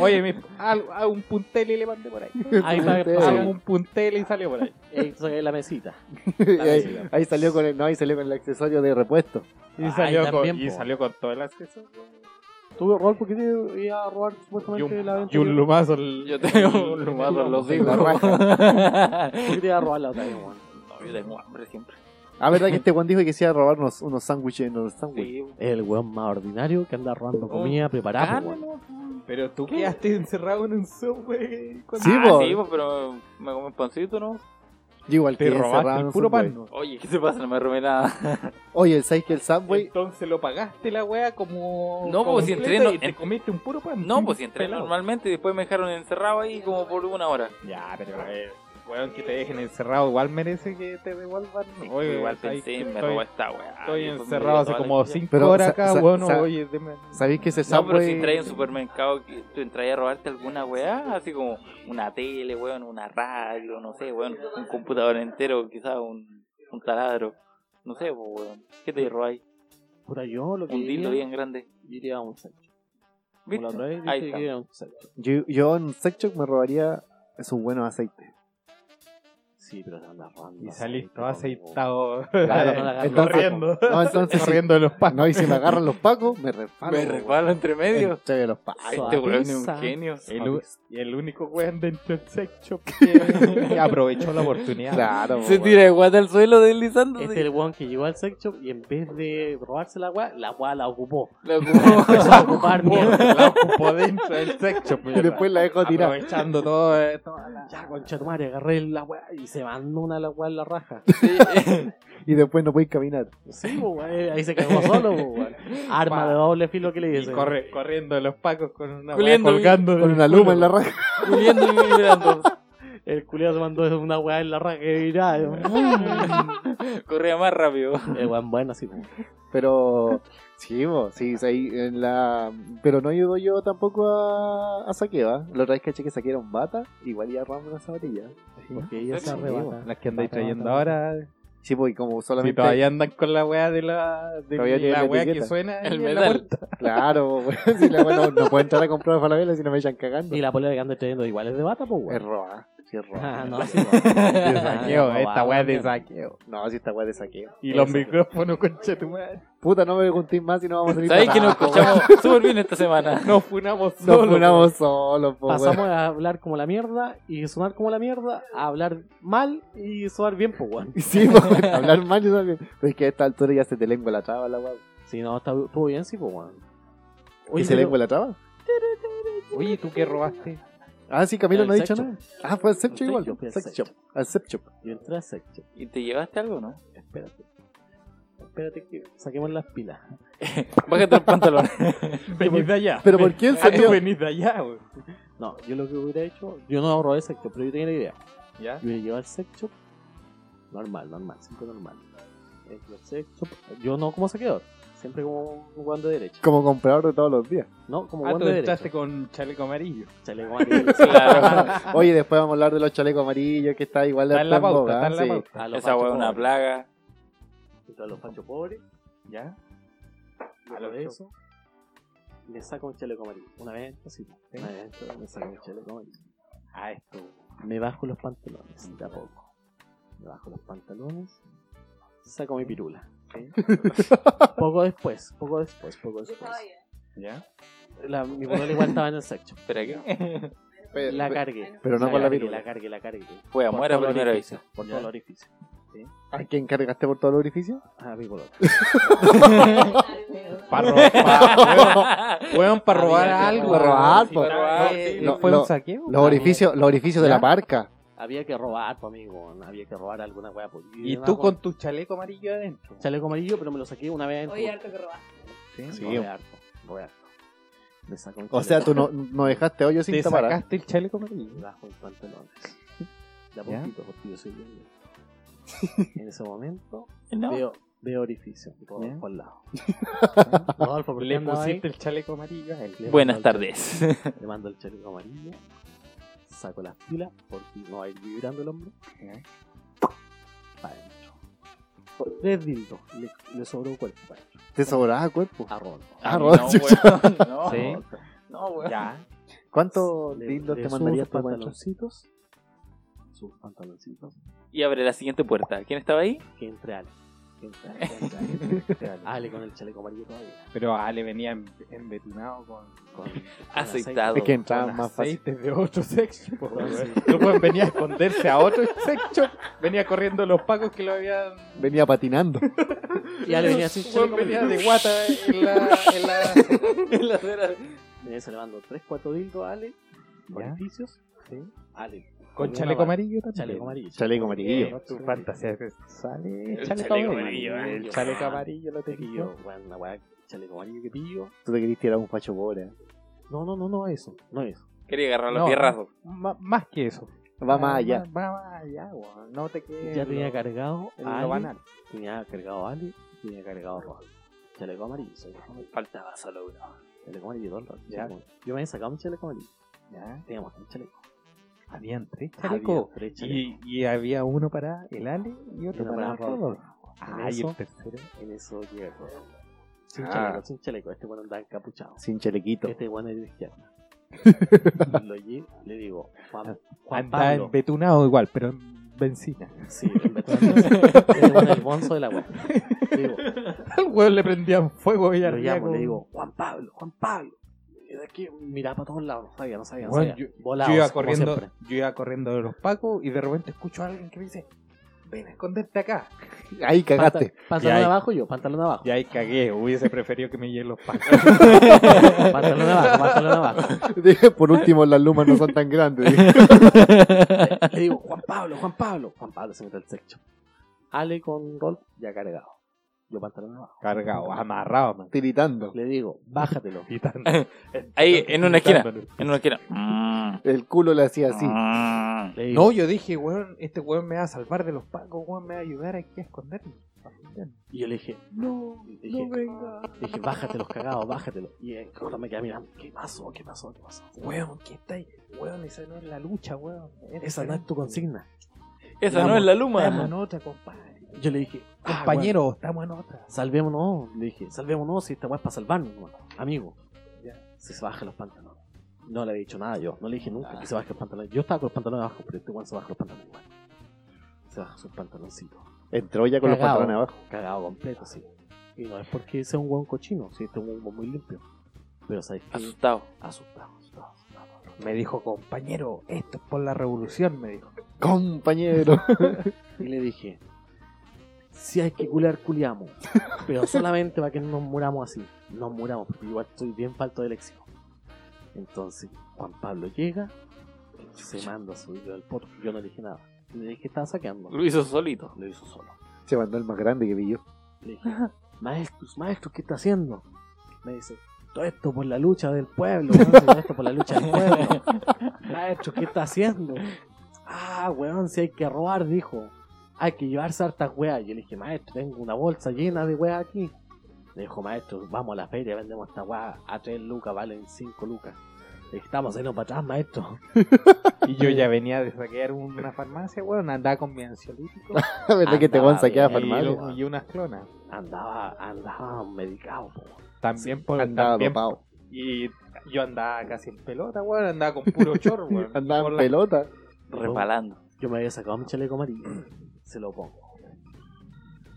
Oye, mi, al- a un puntel y le mandé por ahí.
Ahí ah, está,
Sí.
pasa-
Algún puntel y salió por ahí.
Eso es la mesita.
Y
sí.
ahí, ahí salió con el, no, ahí salió con el accesorio de repuesto.
Y
Ay,
salió,
también,
con, y
po.
salió con todo el accesorio.
Tuve rol porque te iba a robar
Y
supuestamente la
un,
venta.
y un lumazo.
Yo tengo un lumazo en los hijos.
La
Porque te iba a robar la otra vez, weón.
No, yo tengo hambre siempre.
Ah, verdad que este Juan dijo que se iba a robar unos, unos sándwiches en los sándwiches.
Sí,
El weón más ordinario que anda
Oh,
robando comida preparada,
carne,
weón.
Ah, ¿no?
Pero tú quedaste encerrado en un subway. con-
Sí,
ah,
po.
sí, po, pero me comí un pancito, ¿no?
Yo igual
Te
que
robaste el puro pan. ¿no?
Oye, ¿qué te pasa? No me robé nada.
Oye, el Saikel el Subway
Entonces lo pagaste la wea como.
No, po,
como
si
completa
entreno-
Y te
en-
comiste un puro pan.
No, pues si entré
Pelado.
normalmente y después me dejaron encerrado ahí como por una hora.
Ya, pero eh, weón, que te dejen encerrado igual merece que te devuelvan. Oye,
igual
ahí
pensé,
que
me
estoy-
robó esta weá.
Estoy
Y después me
encerrado
dio
hace
toda la
como
vida.
5
Pero,
horas
sa-
acá,
sa-
weón.
sa-
Oye, deme.
¿Sabéis que ese
No, pero
Subway?
si traes un supermercado, que tú entras a robarte alguna weá, así como una tele, weón, una radio, no sé, weón, un computador entero, quizás un, un taladro, no sé, po, weón. ¿Qué te robáis?
Puta, yo lo que
Un dildo
diría,
bien grande.
diría a un Sancho. Como
¿Viste?
la otra vez
Ahí
dije que
está.
era un Sancho.
Yo, yo en un sex shop me robaría esos buenos aceites.
Sí, pero anda robando.
Y
aceite,
salís todo
weón.
aceitado.
Claro, no la agarro.
corriendo.
No, entonces,
corriendo de los
si,
panos.
no, y si me agarran los pacos, me resbalo.
Me resbalo entre medio.
Entre los pacos.
Ah,
Ay, este weón es
Suaviza.
un genio. Ah,
El, u- y el único weón dentro del sex shop que, que aprovechó la oportunidad.
Claro,
Se
po,
tira de guata al suelo deslizándose.
Este es el weón que llegó al sex shop y en vez de robarse la weá, la weá la ocupó.
Lo ocupó.
Empezó a ocupar mierda.
La ocupó dentro del sex shop.
weón. Y después la dejo tirar.
Aprovechando todo. eh, todo.
Ya, concha tu madre, agarré la weá y se mandó una la weá en la raja.
Y después no podéis caminar.
Sí, po, weón, ahí se cagó solo, po, weón. Arma
Pa.
de doble filo que le
Y
dice.
corre, corriendo de los pacos con una weá
Culiendo,
colgando.
Con
del
una
culo.
luma en la raja.
Culiando y vibrando.
El culiado se mandó una weá en la raja que dirá.
Corría más rápido.
El weón bueno, así. po.
Pero. Sí, po, sí, sí, ahí en la. Pero no ayudo yo tampoco a, a saqueo, ¿ah? La otra vez caché que saquearon bata, igual ya robamos una zapatilla.
Porque ella se
Sí,
arrebata.
Las que andáis
Bata,
trayendo
bata,
ahora
Sí, pues y como
Si
solamente.
todavía andan con la weá de la, de
Todavía tiene
la
la
weá que
etiqueta.
suena
El
ahí en la
metal.
puerta.
Claro, pues, weón, si la weá no, no puedo entrar a comprar falabella si no me echan cagando.
Y la polera que ando trayendo igual es de bata, pues,
Es
weón.
roba, sí es roba.
Ah, no.
De saqueo,
Ah,
esta
robado,
weá de
mierda.
saqueo.
No, si esta weá de saqueo.
Y los micrófonos, concha tu madre.
Puta, no me preguntéis más si no vamos a salir
¿Sabes
para
que nos
abajo,
escuchamos súper bien esta semana?
Nos funamos
weón.
solos.
Nos funamos solos, po, weón.
Pasamos a hablar como la mierda y sonar como la mierda, a hablar mal y sonar bien, pues, weón.
Sí, po, weón, hablar mal yo también. Pero es que a esta altura ya se te lengua la traba, la weá.
Si no, está todo bien, sí, pues, weón.
¿Y
Oye,
se
pero-
lengua la traba?
Oye, ¿tú qué robaste?
Ah, sí, Camilo
Al
no ha dicho
sex
nada. Ah, fue al Sex Shop
Al
igual. Sex
sex shop, al sex
shop. Al Sex Shop.
Yo entré a Sector.
¿Y te llevaste algo, no?
Espérate. Espérate que saquemos las pilas.
Bájate el pantalón.
Venís de allá.
Pero ¿por qué el
Ah, tú
señor?
venís de allá, weón.
No, yo lo que hubiera hecho, yo no robé Sector, pero yo tenía la idea.
¿Ya?
Yo hubiera llevado al sex shop. Normal, normal, siempre normal. Entro al sex shop. Yo no como saqueador, siempre como un guante de derecho.
Como comprador de todos los días.
No, como
Ah,
guante
tú
de
entraste
derecho.
con chaleco amarillo.
Chaleco amarillo.
Claro.
Oye, después vamos a hablar de los chalecos amarillos que está igual de
Ah. Está en la
en
pauta,
boga,
está en la
sí.
pauta.
A los
Esa
fachos
weá es una
pobres.
plaga.
Entonces, A los fachos pobres.
¿Ya?
A lo de eso, le saco un chaleco amarillo. Una vez esto, sí. Una vez esto, me saco un chaleco amarillo. A esto, me bajo los pantalones, de a poco. Me bajo los pantalones, saco mi pirula. poco después, poco después, poco después.
¿Ya?
La, mi pirula igual estaba en el sexo.
Espera, ¿qué?
Pero,
La cargué.
pero no con la
cargué,
pirula.
La cargué, la cargué.
Fue a
Por
muera
todo el
primero
orificio,
vez.
Por todo el orificio.
¿A quién cargaste por todo el orificio?
Ah, mi color.
Para robar. Weón, para robar
Había que
algo.
robar,
weón. Ah, Sí,
po.
para robar, sí.
Lo-
¿Fue
lo-
un saqueo?
Los orificios, los orificios de
¿Ya?
la barca.
Había que robar, pues, amigo. Había que robar alguna weá. pues.
Y
yo
tú
andaba
con tu chaleco amarillo adentro.
chaleco amarillo, pero me lo saqué una vez en
Oye, harto que robaste.
Sí.
Robé harto, robé harto. Me saco un
O sea, tú
chaleco,
no, no dejaste hoyo sin
Te
tapar. ¿ah?
sacaste el chaleco amarillo.
me bajo el pantalón. De a
¿Ya?
poquito, porque yo soy bien. En ese momento
No.
veo, veo orificio por,
¿Ya?
por lado. Rodolfo, ¿por qué
Le
andaba ahí?
pusiste el chaleco amarillo a él.
Le
Buenas
mando el
tardes.
chaleco- Le mando el chaleco amarillo. Saco las pilas porque no va a ir vibrando el hombro.
¿Ya?
Para adentro. Tres dildos. Le, le sobró un cuerpo para adentro.
Te sobraba cuerpo.
A Rodolfo.
Ah,
No,
Rodolfo.
weón, No,
Sí.
no, weón.
Ya.
¿Cuántos
Le-
dildos
le
te
subo
mandarías
sus
tu Pancho?
pantaloncitos? Sus pantaloncitos.
Y abre la siguiente puerta. ¿Quién estaba ahí?
que entre Ale. Que entre Ale, que entre Ale, que entre Ale. Ale con el chaleco amarillo todavía.
Pero Ale venía en- embetunado con, con,
Aceitado.
Es que entraban
con
más fácil.
aceites de otro sex shop.
Ah, sí.
Tú venía a esconderse a otro sex shop. Venía corriendo los pacos que lo habían...
Venía patinando.
Y Ale venía sin
Weón,
chaleco
venía
amarillo.
de guata en la... En la...
En la acera.
Venía salvando 3, 4 dildos a Ale. Orificios. Ale.
Con
una
chaleco
barra.
amarillo también.
Chaleco amarillo.
Chaleco amarillo.
No, tu fantasía sale
El
chaleco,
chaleco
amarillo.
amarillo,
El
eh.
chaleco amarillo lo te
Amarillo, weón, una weá, chaleco amarillo que pillo.
Tú te querías tirar un facho pobre. ¿eh?
No, no, no, no, eso. No eso.
Quería agarrar los
No.
pierrazos.
Ma- más que eso. Ah,
Va más allá.
Va, va más allá, weón. No te quedes.
Ya
en
tenía
lo-
cargado
en
a
lo
Ale.
banal.
Tenía cargado a Ale. Tenía cargado a Rod. Chaleco amarillo. Chaleco amarillo.
Faltaba solo uno.
Chaleco amarillo, todo el rato.
Ya.
Yo me había sacado un chaleco amarillo.
Ya.
Teníamos un chaleco.
Habían tres chalecos.
Había tres chalecos.
Y, y había uno para el Ale y otro
Uno
para,
para
Rodolfo.
En
Ah, y
eso-
el tercero.
En eso llega Rodolfo. Sin
Ah.
chaleco, sin chaleco. Este bueno andaba encapuchado.
Sin chalequito.
Este bueno es de izquierda. Lo lle- le digo, Juan, Juan
Andaba
Pablo.
embetunado igual, pero en benzina.
Sí, en verdad, este bueno es el bonzo de la web. Le digo,
Al weón le prendían fuego y
lo
ardía
llamo,
como-
le digo, Juan Pablo, Juan Pablo. Y de aquí miraba para todos lados, no sabía, no sabía. No
Bueno,
sabía.
yo-
Volados,
yo, iba
como
corriendo,
siempre.
yo iba corriendo de los pacos y de repente escucho a alguien que me dice: Ven a esconderte acá.
Ahí cagaste.
Panta- pantalón
Y ahí-
abajo yo, pantalón abajo.
Y ahí cagué, hubiese preferido que me lleguen los pacos.
Pantalón abajo, pantalón abajo.
Dije, Por último, las lumas no son tan grandes. Dije,
Le digo, Juan Pablo, Juan Pablo. Juan Pablo se mete al sexo. Ale con Rolf ya cargado. Yo pantalón abajo.
Cargado, amarrado, man.
Tiritando.
Le digo, bájatelo.
Gritando.
Ahí, en una esquina.
Gritándole.
En una esquina. Mm.
El culo le hacía así.
Ah,
Mm.
Le digo,
No, yo dije, weón, este weón me va a salvar de los pacos, weón, me va a ayudar aquí a esconderme.
Y yo le dije,
No,
Le dije,
no venga.
Le dije, bájatelos, cagados, bájatelos. Y el Colo me queda mirando, ¿qué pasó? ¿Qué pasó? ¿Qué pasó?
Weón, ¿qué estáis? Weón, esa no es la lucha, weón.
Esa no es tu consigna.
Esa no es la luma.
otra, compadre.
Yo le dije, ah,
Compañero, estamos en otra.
weón, salvémonos. Le dije, salvémonos si esta weá es para salvarnos, weón. amigo.
Ya.
Se baja los pantalones. No le había dicho nada yo, no le dije nunca que se baje los pantalones. Yo estaba con los pantalones abajo, pero este weón se baja los pantalones, weón. Se baja sus pantaloncitos.
Entró ya con los
Cagado.
pantalones abajo.
Cagado completo, sí. Y no es porque sea un weón cochino, sí, este es un weón muy limpio. Pero sabes que
Asustado.
asustado, asustado, asustado.
Me dijo, compañero, esto es por la revolución, me dijo.
Compañero.
Y le dije, si hay que culiar, culiamos. Pero solamente para que no nos muramos así. Nos muramos, porque igual estoy bien falto de léxico. Entonces, Juan Pablo llega, se manda a subir al podcast. Yo no le dije nada. Le dije que estaba saqueando.
Lo hizo solito.
Lo hizo solo.
Se mandó el más grande que pilló.
Le dije, maestros, maestros, ¿qué está haciendo? Me dice, "Ah, todo esto por la lucha del pueblo, weón, si todo esto por la lucha del pueblo. Maestros, ¿qué está haciendo? Ah, weón, si hay que robar, dijo. Hay que llevarse hartas weas. Yo le dije, maestro, tengo una bolsa llena de weas aquí. Me dijo, maestro, vamos a la feria, vendemos esta wea a 3 lucas, valen 5 lucas. Le dije, estamos yendo para atrás, maestro.
Y yo ya venía de saquear una farmacia, weón, andaba con mi ansiolítico
La verdad que te van a saquear a
y,
farmacia.
y unas clonas.
Andaba, andaba medicado, po.
También por
Andaba
también-
dopado.
Y yo andaba casi en pelota, weón, andaba con puro chorro, weón.
Andaba
Por
en
la-
pelota.
Repalando.
Yo me había sacado mi chaleco amarillo. Se lo pongo.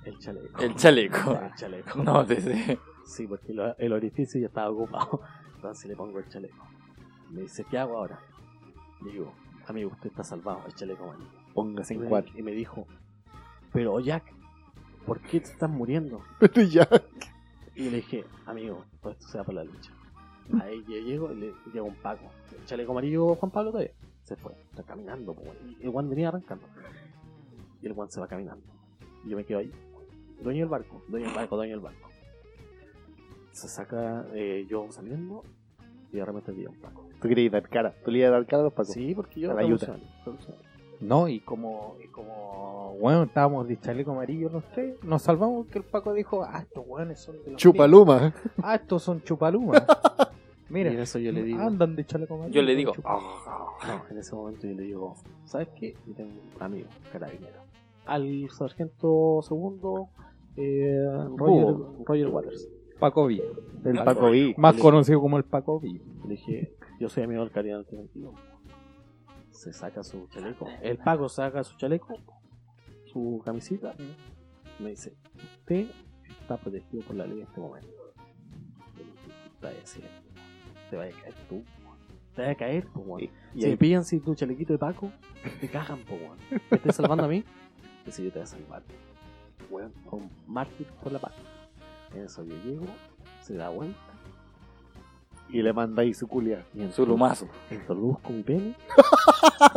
El chaleco.
El chaleco.
El chaleco.
No, te sé.
Sí, porque lo- el orificio ya estaba ocupado. Entonces le pongo el chaleco. Me dice, ¿qué hago ahora? Le digo, amigo, usted está salvado, el chaleco amarillo.
Póngase
Y
en
me-
cuatro.
Y me dijo, pero Jack, ¿por qué te estás muriendo?
Pero ya.
Y le dije, amigo, todo esto se va por la lucha. Ahí yo llego y le llega un Paco. El chaleco amarillo Juan Pablo todavía. Se fue, está caminando. po, weón. Y el Juan venía arrancando. Y el Juan se va caminando. Y yo me quedo ahí. Dueño del barco, dueño del barco, dueño del barco. Se saca eh, yo saliendo y de repente vi a un Paco.
Tú querías dar cara. Tú le ibas a dar cara a los pacos.
Sí, porque yo
A la yuta.
revolucionario, revolucionario.
No, y como, y como, weón, estábamos de chaleco amarillo los tres, nos salvamos que el Paco dijo, ah, estos weones son de los
Chupaluma.
gringos. Ah, estos son chupalumas.
Y
Mira,
en eso yo le digo.
andan de chaleco amarillo.
Yo le digo,
chupa-
"Ah".
ah, No, en ese momento yo le digo, ¿sabes qué? Yo tengo un amigo, carabinero. Al sargento segundo, eh, Roger,
Búho.
Roger Waters.
Paco Villa.
El Paco B.
Más
Le-
conocido como el Paco Villa.
Le dije, yo soy amigo del carabinero alternativo. Se saca su chaleco. El Paco saca su chaleco, su camisita. Me dice, usted está protegido por la ley en este momento. Yo le dije, "Puta, ese, Te va a caer tú. Te va a caer, pues, weón.
Y
Si
ahí
me pillan sin tu chalequito de Paco, te cagan, po, weón. ¿Me estás salvando a mí? Dice, yo te voy a salvar. Weón, con mártir por la paz. En eso yo llego, se da vuelta
y le mandáis su culia.
y en
Su lumazo.
Introduzco mi pene.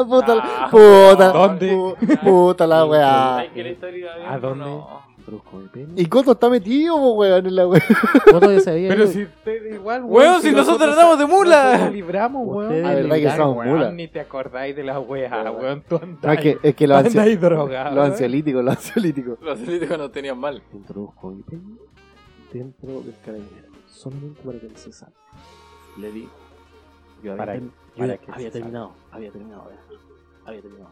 puta, la-
Ah,
puta,
¿dónde?
pu- puta la weá.
¿A dónde?
Introduzco mi pene.
Y Coto está metido, po, weón, en la weá.
Coto ya se había
Pero
ido.
si ustedes igual, weón.
Weón, si nosotros andamos de mula.
nosotros libramos, weón.
Ustedes La
verdad que libraron, somos
weón,
mula.
Ni te acordáis de las weas,
Weón.
weón. Tú andás.
No, es que, es que los, ansi-
Andáis drogados.
los ansiolíticos, los ansiolíticos.
Los atléticos no tenían mal.
Introduzco mi pene dentro del carabinero. Solamente para que él se salve. Le digo. Yo había,
Para-
term- yo
para que
había
se
terminado. Había terminado. ya. Había terminado.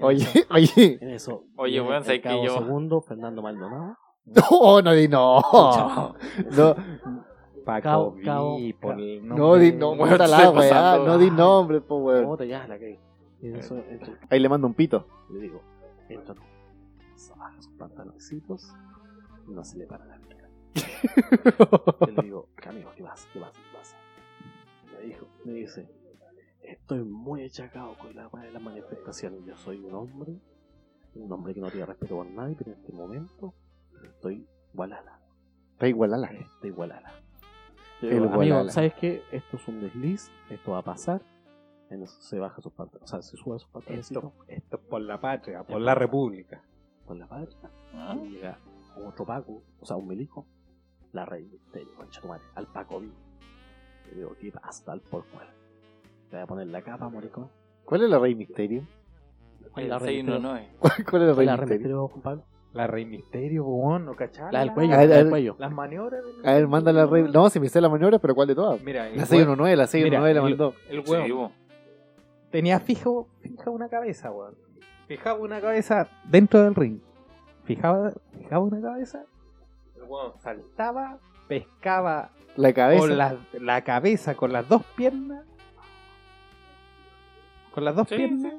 Oye, oye.
En eso.
Oye,
viene
weón,
el
sé que
cabo
yo-
Segundo, Fernando Maldonado.
No, no di no.
Chao.
No,
Paco
Cao,
Vi,
cao,
por
cao.
el
no di no,
Weón,
puta la
estoy
weá.
pasando.
No di nombre, po, weón.
Puta, ya la caí. En eso, entre-
Ahí le mando un pito.
le digo, entra tú. Se baja sus pantaloncitos. No se le para la vida. Yo le digo, Camilo, ¿qué pasa? ¿Qué pasa? ¿Qué pasa? Me dijo, me dice, estoy muy achacado con la weá de las manifestaciones. Yo soy un hombre, un hombre que no tiene respeto por nadie, pero en este momento estoy gualala.
Está igual a la
Está igualada.
El
Amigo,
Igualala.
¿sabes qué? Esto es un desliz, esto va a pasar. En eso se baja sus pantalones, o sea, se sube sus pantaloncitos
Esto, esto es por la patria, por la república. Ah.
con la patria. Y llega otro Paco, o sea, un milico, la rey misterio, concha tu madre, al Paco vi. Le digo, ¿qué pasa, tal por cual? Le voy a poner la capa, moricón.
¿Cuál es la Rey Misterio?
El
La
619.
¿Cuál es la Rey
la rey
Misterio?
misterio, compadre?
La Rey Misterio, weón, ¿no cachai?
La del cuello,
A ver,
la
a
del
ver.
cuello.
Las maniobras del...
A ver, manda la Rey. No, si me sé la maniobra, pero ¿cuál de todas?
Mira, el
La
weón-
619, la 619 la
Mira,
mandó.
El
Sí,
weón
bo.
tenía fijo, fija una cabeza, weón. Fijaba una cabeza dentro del ring. fijaba, fijaba una cabeza, el weón saltaba, pescaba
La cabeza.
con la, la cabeza con las dos piernas. Con las dos
Sí,
piernas.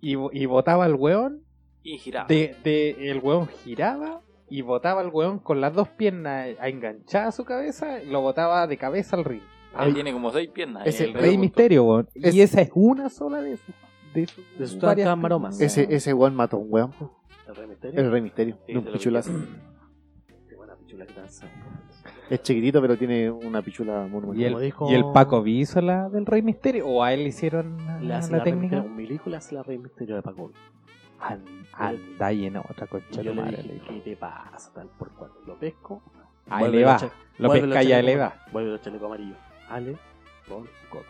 Y, bo- y botaba al weón.
Y giraba.
De, de- el weón giraba y botaba al weón con las dos piernas a- enganchada a su cabeza. Y lo botaba de cabeza al ring.
Él Ah, tiene como seis piernas. eh,
es
y
el
Rey
punto.
Misterio, weón.
Es-
Y esa es una sola de sus. De sus,
De sus
varias-
tantas maromas.
Ese, ese weón mató a un weón. po.
El Rey Misterio.
El Rey Misterio.
Sí,
de un
se lo
Eh, pichulazo.
Qué buena pichula que danza.
Es chiquitito, pero tiene una pichula muy muy
Y el,
Como dijo-
y el Paco B hizo la del Rey Misterio. ¿O a él le hicieron la,
Le hace
la
la Rey
técnica?
Misterio. Un milico le hace la Rey Misterio de Paco.
An- Anda y en Ah, otra
Y
concha
yo
de
le
madre.
dije, ¿qué te pasa? Tal por cual. Lo pesco.
Ahí
vuelve
le
los
va.
cha-
Lo
vuelve
pesca y ahí
chalecos-
le va.
Vuelve los chalecos amarillos. Ale, con codo.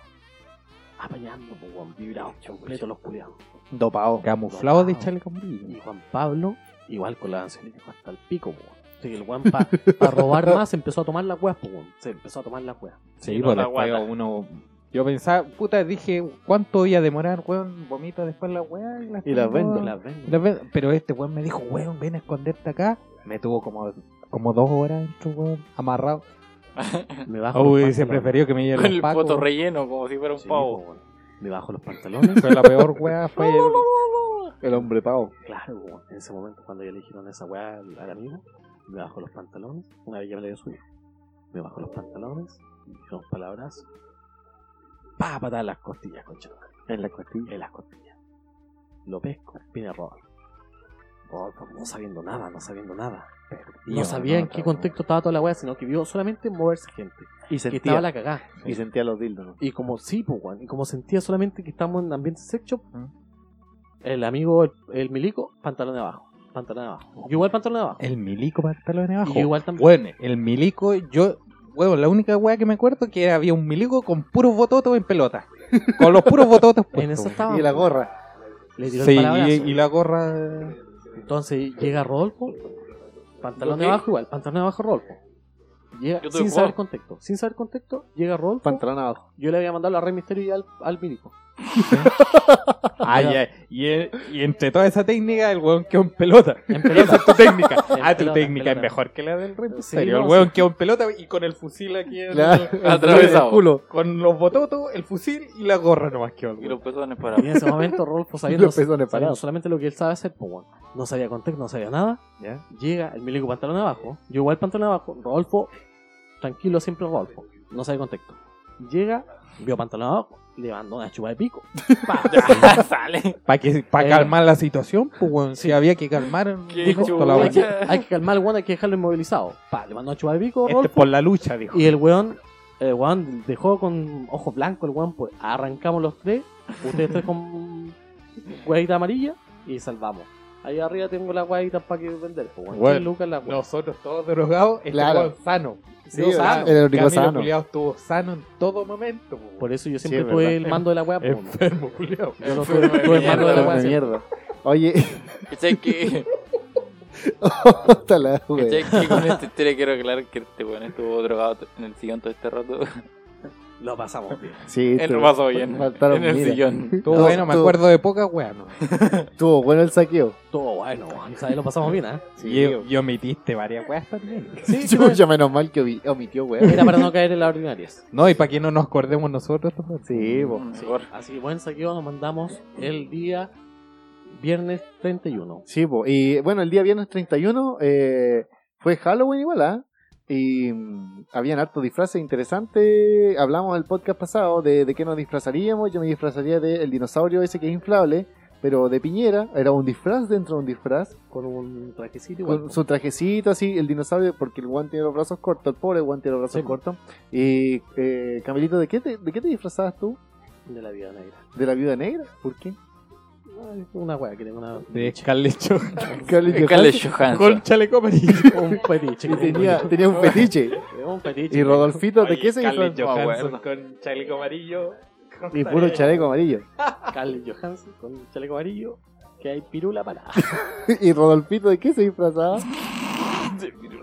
Apañando, pues, weón, vibrado, completo los culiados.
dopado.
Camuflado de
Wow.
chaleco amarillo.
Y Juan Pablo, igual con la ansiolítica hasta el pico, pues, weón. Sí, el Juan para robar más empezó a tomar las weas, pues, weón. Se empezó a tomar las weas.
Sí,
Sí, no
pues
la
después
guata.
uno. Yo pensaba, puta, dije, ¿cuánto iba a demorar, weón? Vomita después la weá y las
Y las
tengo-
vendo.
No las vendo.
las vendo. Pero este weón me dijo, weón, ven a esconderte acá. Me tuvo como, como dos horas dentro, weón, amarrado.
Me bajo los
Uy, se
pantalones.
prefirió que me lleven
Con
los
el
pacos,
poto
weón.
relleno, como si fuera un
Sí,
pavo.
pues, weón. Me bajo los pantalones.
Fue la peor weá, fue
El hombre pavo.
Claro, weón. en ese momento cuando ya le dijeron esa weá al, al amigo, me bajo los pantalones, una vez ya me la dio suyo, me bajo los pantalones, me dijeron palabras, pa, patada en las costillas, concha. de madre.
En la costilla.
En las costillas. Lo pesco, viene a robar. Rodolfo, no sabiendo nada, no sabiendo nada. no
Dios,
sabía
no,
en qué
cabrón.
contexto estaba toda la weá, sino que vio solamente moverse gente.
Y
Que estaba
sentía,
la cagada.
y sentía los dildos. ¿no?
Y como sí, pues, weón, y como sentía solamente que estamos en ambiente sex shop,
¿Mm?
el amigo, el, el milico, pantalón de abajo, pantalón de abajo. Yo igual pantalón de abajo.
el milico pantalones abajo.
Y yo igual también.
Bueno, el milico, yo, bueno, la única weá que me acuerdo que era, había un milico con puros bototos en pelota. Con los puros bototos.
en
puestos,
eso
weón.
estaba.
Y la gorra.
Le tiró
Sí,
el palabrazo.
y, y la gorra.
Entonces llega Rodolfo, pantalón de
¿Yo qué?
abajo igual, pantalón de abajo Rodolfo. Llega-
Yo estoy
sin
jugado.
saber contexto, sin saber contexto, llega Rodolfo.
Pantalón abajo.
yo le había mandado la Rey Misterio y al, al milico.
Ah, ya. Y, el- y entre toda esa técnica, el weón quedó en pelota.
En pelota.
Esa es tu técnica.
En
ah, tu
pelota,
técnica
en pelota.
es mejor que la del rey.
Sí,
serio,
no,
el weón
sí.
quedó en pelota y con el fusil aquí. en-
Atravesado.
culo.
Con los bototos, el fusil y la gorra nomás quedó. el
Y
weón.
los pezones para
Y en ese momento Rodolfo sabiendo,
Los pezones
sabiendo
parados.
solamente lo que él sabe hacer, pues, weón, no sabía contexto, no sabía nada.
¿Ya?
Llega el milico pantalón abajo, yo igual pantalón abajo, Rodolfo, tranquilo siempre Rodolfo, no sabe contexto. Llega, vio pantalón abajo, le mandó una chupa de pico. Pa,
Sale.
Para que, pa
Eh.
calmar la situación, pues weón, si había que calmar.
Este,
Qué
dijo,
chulo.
toda la
hay,
weá.
que, hay que calmar al weón, hay que dejarlo inmovilizado. Pa, le mandó una chupa de pico,
Este es
Rodolfo,
por la lucha, dijo.
y el weón, el weón dejó con ojos blancos, el weón, pues arrancamos los tres, ustedes tres con huevita amarilla y salvamos. Ahí arriba tengo las huevitas para que vender, pues, weón.
Bueno,
Tres lucas la hueá.
Nosotros todos drogados, este
Claro.
weón sano.
Sí,
Yo sano.
era el único
Camilo
sano.
Culeado estuvo sano en todo momento. po,
Por eso yo
Sí,
siempre
es
tuve
verdad.
el mando de la hueá, pues, weón.
Enfermo, culiao.
Yo no
Enfermo
tuve,
de
tuve el
mierda,
mando de la
Una
hueá. siempre.
mierda. Oye,
¿Cachai que,
hasta la wea.
cachai que con esta historia quiero aclarar que este weón estuvo drogado en el sillón todo este rato?
Lo pasamos bien.
Sí,
Él
te-
lo pasó bien.
Faltaron
en el
miras.
sillón.
Estuvo
No,
bueno, me
estuvo-
acuerdo de poca weá, ¿no?
Estuvo bueno el saqueo.
Todo bueno, weón. O sea, ahí lo pasamos bien, ¿eh?
Y, y omitiste Este, varias weas también.
Sí,
Chucha, menos mal que omi- omitió, weón.
Era para no caer en la ordinaria.
No, y para que no nos acordemos nosotros.
Sí, po.
Mm, gorra.
Así que buen saqueo nos mandamos el día viernes 31.
Sí, po. y bueno, el día viernes 31 eh, fue Halloween igual, ¿ah? Y mm, habían hartos disfraces interesantes. Hablamos el podcast pasado de, de qué nos disfrazaríamos. Yo me disfrazaría del dinosaurio ese que es inflable, pero de piñera. Era un disfraz dentro de un disfraz.
Con un trajecito igual.
Con su trajecito así, el dinosaurio, porque el guante tiene los brazos cortos, el pobre guante tiene los brazos
Sí, po.
cortos. Y eh, Camilito, ¿de qué, te, ¿de qué te disfrazabas tú?
pues, De la vida negra.
¿De la viuda negra? ¿Por qué?
Ay, Una weá que tengo una.
De Scarlett Johansson.
Scarlett
Scarlett
Johansson.
Johansson.
Con chaleco amarillo.
Un fetiche.
Y tenía, tenía un fetiche.
Un fetiche.
Y Rodolfito, ¿de
Oye,
qué se
Scarlett
disfrazó?
Johansson
con chaleco amarillo.
Y puro
Eh.
chaleco amarillo.
Carl Johansson con un chaleco amarillo. Que hay pirula para.
¿Y Rodolfito de qué se disfrazaba?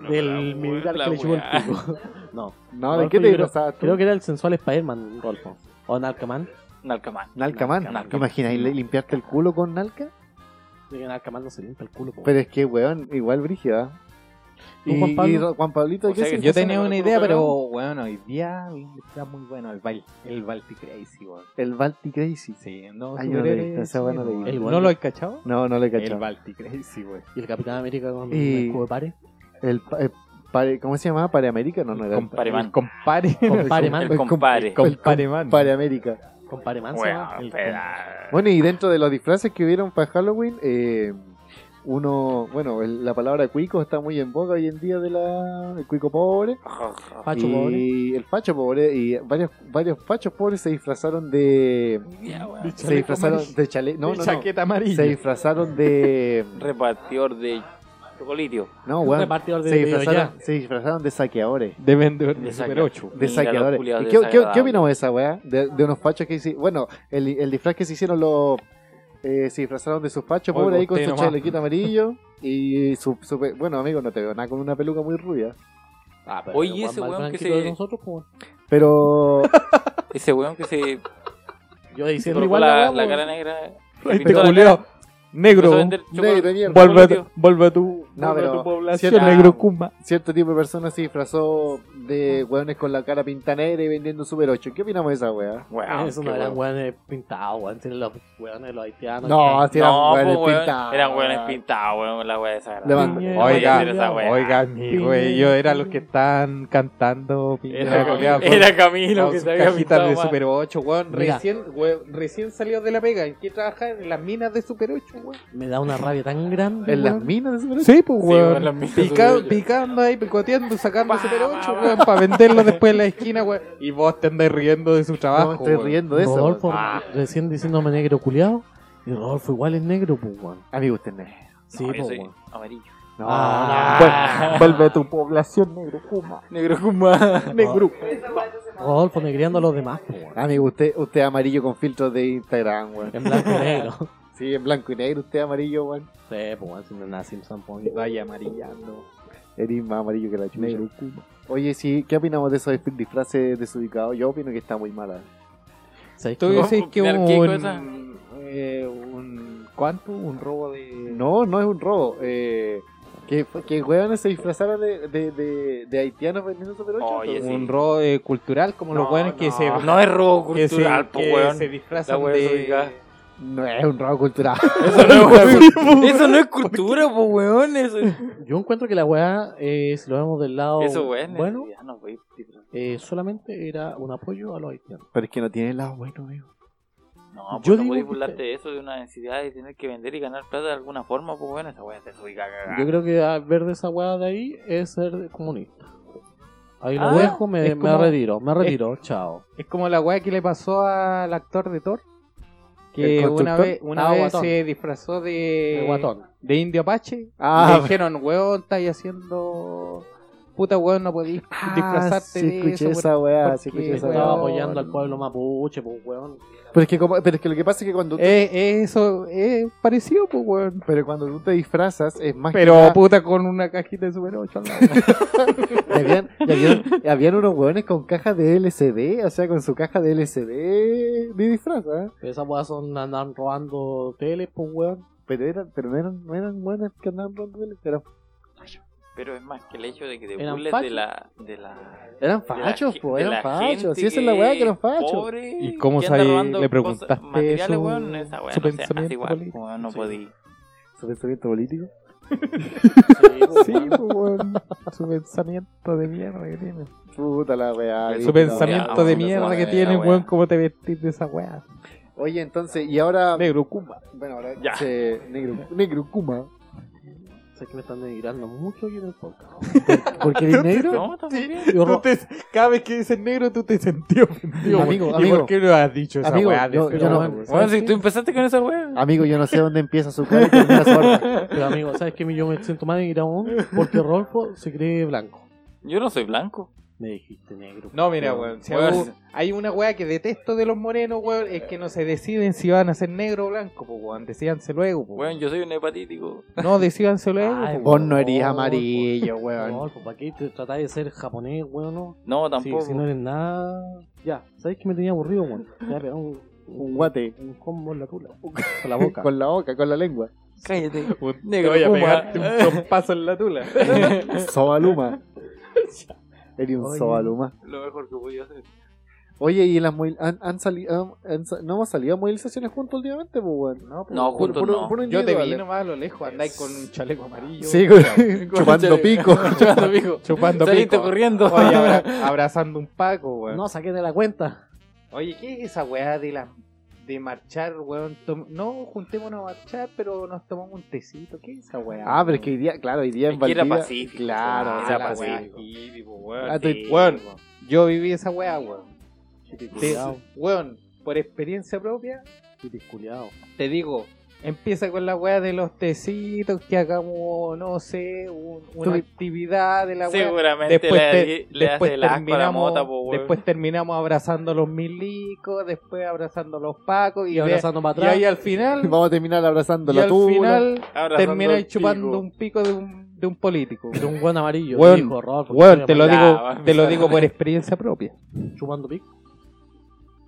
Del militar
eh. La
que le chupó el
weá.
pico. No.
No,
Rodolfo,
¿de qué
yo
te
creo-
disfrazabas tú?
Creo que era el sensual Spider-Man, Rolfo. O Narcaman.
Narcomán.
Nalcaman.
Nalca-
¿Imagináis limpiarte el culo con Nalca?
De que Narcamal no se limpia el culo. po.
Pero es que, weón, igual brígida.
¿Tú, Juan Pablo?
Ro- Juan Pablito,
O
¿qué
sea que
se-
yo
Yo
se-
tenía
no
una
lo
idea,
colocaron.
pero bueno, hoy día está muy bueno el Balti, el Balti Crazy, weón.
El Balti Crazy.
Sí, Oh, no,
Ay, yo no lo he
superhéroe
visto, esa
chileno,
weá no la he
weón.
visto.
¿No lo has cachado?
No, no le
El
caché.
Balti Crazy, weón.
Y el Capitán América con
Y-
el escudo de pares.
El, pa- eh, pare- ¿Cómo se llamaba? Pareamérica, no, no era.
Compa- Pareman.
El Compare.
Compare man.
El compadre.
com-
Compareman.
Pareamérica.
Con Pareman se
Bueno,
llama. El-
espera.
Bueno, y dentro de los disfraces que hubieron para Halloween, eh, uno, bueno, el- la palabra cuico está muy en boga hoy en día de la el cuico pobre.
Pacho
y
pobre.
el facho pobre y varios varios fachos pobres se disfrazaron de
Ya, weón.
se disfrazaron de chale no,
De
no, no.
chaqueta amarilla.
se disfrazaron de
Repartidor de chocolitio.
no weón
Repartidor de
se
video
disfrazaron, se disfrazaron de saqueadores
De vendedor de
De
Super
saca-
8.
de
Mira, los
saqueadores
culiados
¿Y qué, qué, qué
desagradables.
opinamos de esa weá? De, de unos fachos que hicieron bueno el, el disfraz que se hicieron los eh, se disfrazaron de sus fachos
Oye,
pobres ahí con
usted
su
nomás.
chalequito amarillo y su, su pe- bueno amigo no te veo nada con una peluca muy rubia
Ah, pero
Oye,
el Juan
ese
más
weón que
blanquito
se-
de nosotros, po.
pero
Ese weón que se
Yo
se
diciendo
colocó
igual
la,
la,
la cara negra.
Ahí te
pintó la
culeo.
cara, empezó a
Negro.
vender
Negro,
chocolate-
mierda.
Vuelve a
chocolate.
tu, vuelve a tu,
No,
vuelve a
pero
tu población,
cierto-
negro Kumba.
cierto tipo de personas se disfrazó de hueones con la cara pintanera y vendiendo Super 8. ¿Qué opinamos de esa wea?
Weón,
Eso
qué
no eran
weón.
weones pintados, weón. Tienen los weones, los haitianos.
No,
que-
si eran
no,
hueones
po, weón,
pintados.
Eran hueones pintados, weón, la weá esa.
Levanta.
Piñera,
Oiga,
Piñera,
esa weá.
Oiga, amigo, ellos eran los que están cantando.
Era,
Piñera
Camilo,
Colea, con-
era Camilo
con
que
sus
se había
cajitas
pintado
de
mal.
Super 8, weón.
Mira.
Recién, weón, recién salió de la pega. ¿En qué trabaja? En las minas de Super 8, weón.
Me da una rabia tan grande.
En las
weón.
minas de Super 8.
Sí, pues,
Sí, weón, las
weón.
minas de
Pica-
Super 8.
picando ahí, picoteando, sacando
Pa,
Super 8,
pa,
weón, para venderlo después en la esquina, weón. Y vos te andás riendo de su trabajo.
No, estoy
weón.
riendo de eso.
Rodolfo
weón.
recién diciéndome negro culiado. Y Rodolfo igual es negro, pues, weón.
Amigo, usted no es.
Sí,
No, yo
pues,
soy
weón.
amarillo.
No,
Ah.
no. Vuelve
tu población, negro Kuma.
Negro Kuma.
Negro.
Rodolfo negreando a los demás, pues, weón.
Amigo, usted, usted es amarillo con filtros de Instagram, weón.
En blanco y negro.
Sí, en blanco y negro, usted es amarillo, weón.
Sí, pues, weón. Si no es nada Simpson, pues.
Vaya amarillando.
Eres más amarillo que la chucha. Oye, sí, ¿qué opinamos de esos disfraces desubicados? Yo opino que está muy mala.
¿Sabes
¿Tú
qué, weón?
dices que
Mira, ¿qué
un,
cosa?
eh, un... ¿Cuánto? ¿Un robo de...?
No, no es un robo. Eh, que, que hueones se disfrazaron de, de, de, de haitianos vendiendo Super 8.
Oye,
entonces.
Un robo eh, cultural como los weones que se...
No es robo
que se,
cultural, po,
que
weón.
se disfrazan
La wea
de...
desubicada.
No es un robo cultural.
Eso no es cultura. Eso no es cultura, po, weón. Eso,
Yo encuentro que la weá, eh, si lo vemos del lado
eso weón.
bueno,
ya no, wey, tipo,
eh, solamente era un apoyo a los haitianos.
Pero es que no tiene lado bueno, amigo.
No,
Yo
pues no
digo
podéis
que-
burlarte de eso, de una necesidad de tener que vender y ganar plata de alguna forma, pues bueno, esa weá te subica cagada.
Yo creo que al ver de esa weá de ahí es ser comunista. Ahí lo
Ah,
dejo, me,
es como-
me retiro, me retiro, chao.
Es como la weá que le pasó al actor de Thor. Que
¿El
una
constructor?
vez, una
Ah,
vez
guatón.
se disfrazó de...
El guatón.
De indio apache.
Ah,
y le dijeron, weón, estáis haciendo... Puta, weón, no podís disfrazarte
sí,
de
escuché
Ah, eso,
esa weá, sí,
porque,
escuché esa
Estaba
weón.
weá.
apoyando al pueblo mapuche, pues weón.
Pero es, que como- pero es que lo que pasa es que cuando,
Eh, eh, eso es parecido, pues, weón.
pero cuando tú te disfrazas es más
Pero
que nada-
puta con una cajita de Super 8 al lado.
y habían, y habían, y habían unos hueones con caja de LCD, o sea, con su caja de LCD de disfraz, ¿ah?
Esas weas son andan robando tele, pues weón.
Pero, eran, pero no eran, no eran hueones que andaban robando tele, eran,
Pero es más que el hecho de que te
Eran
burles
fachos.
de la, de la
eran
de la
fachos,
ge-
po,
pues,
de
eran
la
fachos.
gente
Sí, esa es la weá que eran fachos.
pobre
¿Y cómo
que anda
sabe-
robando cosas-
le preguntaste
materiales,
su-
weón, esa weá
su
no se hace
pensamiento
igual,
político?
weón, no
Sí.
podí.
Su pensamiento político.
Sí, pues, weón. Su pensamiento de mierda que tiene.
Puta la weá.
Su
Su
viste,
pensamiento
no,
de
no,
mierda
no,
que
no,
tiene,
la
weón,
wea.
cómo te vestís de esa weá.
no. Oye, entonces, y ahora.
Negro Kuma.
Bueno, ahora.
Ya.
se- negro, negro Kuma.
Sé que me están denigrando mucho aquí en el podcast.
Porque eres negro.
No, está muy bien.
Yo ro-
cada vez que dices negro, tú te sentías ofendido.
Amigo,
weón.
amigo.
¿Y por qué lo has dicho esa
Amigo,
weá? de
yo-
ser
yo no-
weón?
Bueno, si tú empezaste con esa weá.
Amigo, yo no sé dónde empieza su cara y termina su arma.
Pero amigo, ¿sabes qué? Yo me siento más denigrado aún porque Rolfo se cree blanco.
Yo no soy blanco.
Me dijiste negro.
No, mira, weón. si
Weón.
algo- hay una weá que detesto de los morenos, weón. Es que no se deciden si van a ser negro o blanco, pues, weón. Decídanse luego, pues.
Weón, yo soy un hepatítico.
No, decídanse luego.
Ay,
pues,
Vos no eres
Rodolfo.
amarillo, weón.
Rolfo, ¿para qué te tratás de ser japonés, weón? no?
No,
Sí,
tampoco.
si no eres nada. Ya, ¿sabes que me tenía aburrido, weón? Me había pegado un,
Un guate.
un combo en la tula. Con la boca.
Con la boca, con la lengua.
Cállate.
Un-
Negro
te voy a
Puma.
pegarte un trompazo en la tula.
Sobaluma. Eres un
Oye.
Sobaluma.
Lo mejor que podía hacer.
Oye, ¿y las movil- han, han salido, han- han ah, sa- no hemos salido a movilizaciones juntos últimamente? Pues, weón?
No, pues,
No, juntos
puro-
no.
puro
yo te vi
individuales.
nomás a lo lejos, andáis con un chaleco amarillo.
Sí, con- chupando pico.
Chupando pico.
Chupando
Saliste
pico.
corriendo.
Oye, abra- abrazando un paco, weón.
No, saqué de la cuenta.
Oye, ¿qué es esa weá de la de marchar, weón? Tom- no, juntémonos a marchar, pero nos tomamos un tecito. ¿Qué es esa weá? Ah,
Ah, pero es que hoy día, claro, hoy día en
Es que era
Valdivia-
pacífico, Ah,
Claro,
era
era
la
pacífico.
weá
pacífico.
hippie, po, weón.
Ah, estoy-
Sí, weón, yo viví esa weá, weón. Te-
Culeado,
weón, por experiencia propia,
chitis culeado.
te digo, empieza con la weá de los tecitos, que hagamos, no sé, un- una
Tú-
actividad de la weá.
Seguramente
Después,
le,
te-
le
después
hace el asco a la
terminamos,
mota, po, weón.
después terminamos abrazando los milicos, después abrazando los pacos y,
Y abrazando para
y
atrás.
ahí al final
Vamos a terminar abrazando
Y
la
al
tula.
final
Abrazando
termináis
el
chupando
pico.
un pico de un, de un político.
De un buen amarillo.
Weón,
dijo Rodolfo,
Weón,
que
te lo
Ya,
digo,
va a
te lo
empezar.
digo por experiencia propia.
Chupando pico.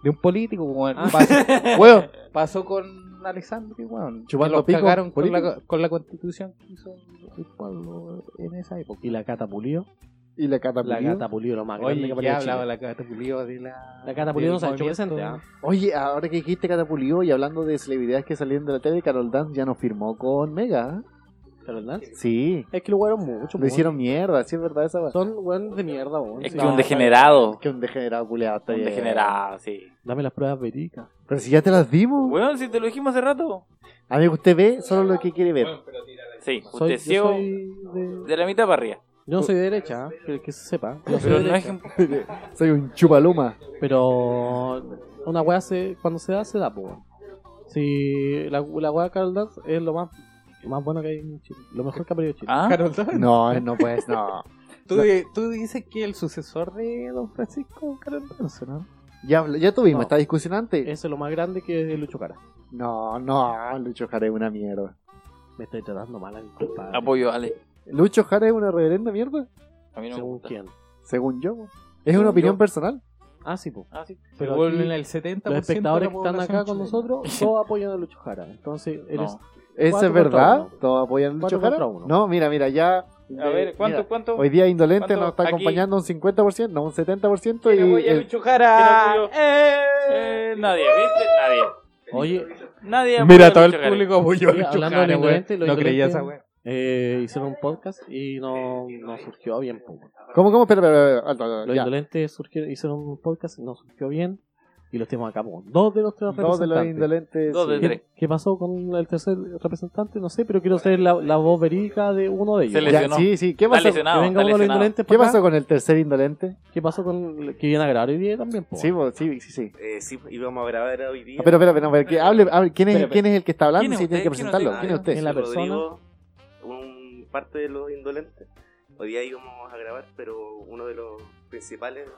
De un político, weón. Pasó, weón, pasó con Alessandri, weón. que
Chupando
lo
pico,
cagaron con la,
político.
con la constitución que hizo el pueblo
eh,
en esa época.
Y la cata pulió.
Y la cata
La
pulió.
cata pulió lo más grande
Oye,
que
ya
ha parido
hablaba
Chile.
la Cata Pulido de la...
La cata pulió
del
no se ha hecho
movimiento.
presente. ¿ah?
Oye, ahora que dijiste cata pulió y hablando de celebridades que salieron de la tele, Carol Dance ya nos firmó con Mega. ¿eh?
Carol Dance.
Sí.
Es que lo jugaron mucho.
Lo pues,
po,
hicieron mierda, sí es verdad esa
weón. Son weones de mierda, weón.
Es
Sí.
que un degenerado.
Que un degenerado culeado está
Un
bien.
degenerado, sí.
Dame las pruebas verídicas.
Pero si ya te las dimos.
Weón, si te lo dijimos hace rato.
Amigo, usted ve solo lo que quiere ver.
Sí,
Soy,
usted
yo
sí o-
soy de...
de la mitad para arriba.
Yo no soy de derecha, ¿ah? que, que se sepa. Yo soy
Pero
de
no es
derecha.
que-
Soy un chupaluma.
Pero una weá se, cuando se da, se da, po. weón. Si la, la weá de Carol Dance es lo más, lo más bueno que hay en Chile. Lo mejor que ha perdido Chile.
¿Ah?
Carol Dance.
No, no puedes, no.
¿Tú, di- tú dices que el sucesor de Don Francisco Carol Dance, ¿no?
Ya, habl- ya tuvimos
No.
esta discusión antes.
Eh.
Eso es lo más grande que es Lucho Cara.
No, no, Lucho Jara es una mierda.
Me estoy tratando mal
Ah,
a mi compadre.
pues,
Apoyo, Ale.
¿Lucho Jara es una reverenda mierda?
A mí no me
Según
gusta.
quién.
Según yo. Es
Según
una opinión
yo.
personal.
Ah, sí, po.
Ah, sí.
Pero
Se vuelven
aquí
el 70%
los espectadores
de
que
la
están acá
población
con nosotros, todos apoyan a Lucho Jara. Entonces, eres
No.
¿Eso
Cuatro
es
contra
verdad?
uno.
¿Todos apoyan a Lucho
Cuatro
Jara?
contra uno.
No, mira, mira, ya. eh,
A ver, ¿cuánto,
Mira,
cuánto?
Hoy día Indolente
¿Cuánto?
nos está
Aquí.
acompañando un 50%, no, un 70%.
Yo le
Y
voy a
el-
Lucho
Ah,
Jara. Eh, nadie, ¿viste? Nadie.
Oye,
Nadie. apoya a
Mira, todo el
Lucho Jara.
público apoyó a
Sí,
Lucho
hablando de
Jara,
lo
weón.
indolente, lo
No creía
indolente.
esa weá.
eh, hicieron un podcast y no, no surgió bien. po.
¿Cómo, cómo? Espera, espera, espera, alto, alto,
Los
ya.
indolentes surgieron, hicieron un podcast y no surgió bien. Y los tenemos acá. po. Dos de los tres
Dos de los
representantes.
indolentes.
Dos de
sí.
tres.
¿Qué, qué pasó con el tercer representante? No sé, pero quiero ser la, la voz verídica de uno de ellos.
Ya,
Se lesionó.
sí, sí. ¿Qué
Está
pasó?
Que
lesionado. Está
venga este uno de los
lesionado.
indolentes
¿Qué
para acá.
pasó con el tercer indolente?
¿Qué pasó con que viene a grabar hoy día también? po?
Sí, vos, sí, sí, sí.
Eh, sí, íbamos a grabar hoy día.
Ah, Pero, espera, espera, espera, que hable, hable, ¿quién, es,
Espera, espera.
¿quién es el que está hablando?
¿Quién es
Sí, tiene que
usted? ¿Quién es
presentarlo.
usted?
¿Quién es usted?
Es la
Ah, Rodrigo, un parte de los indolentes. Hoy día íbamos a grabar, pero uno de los principales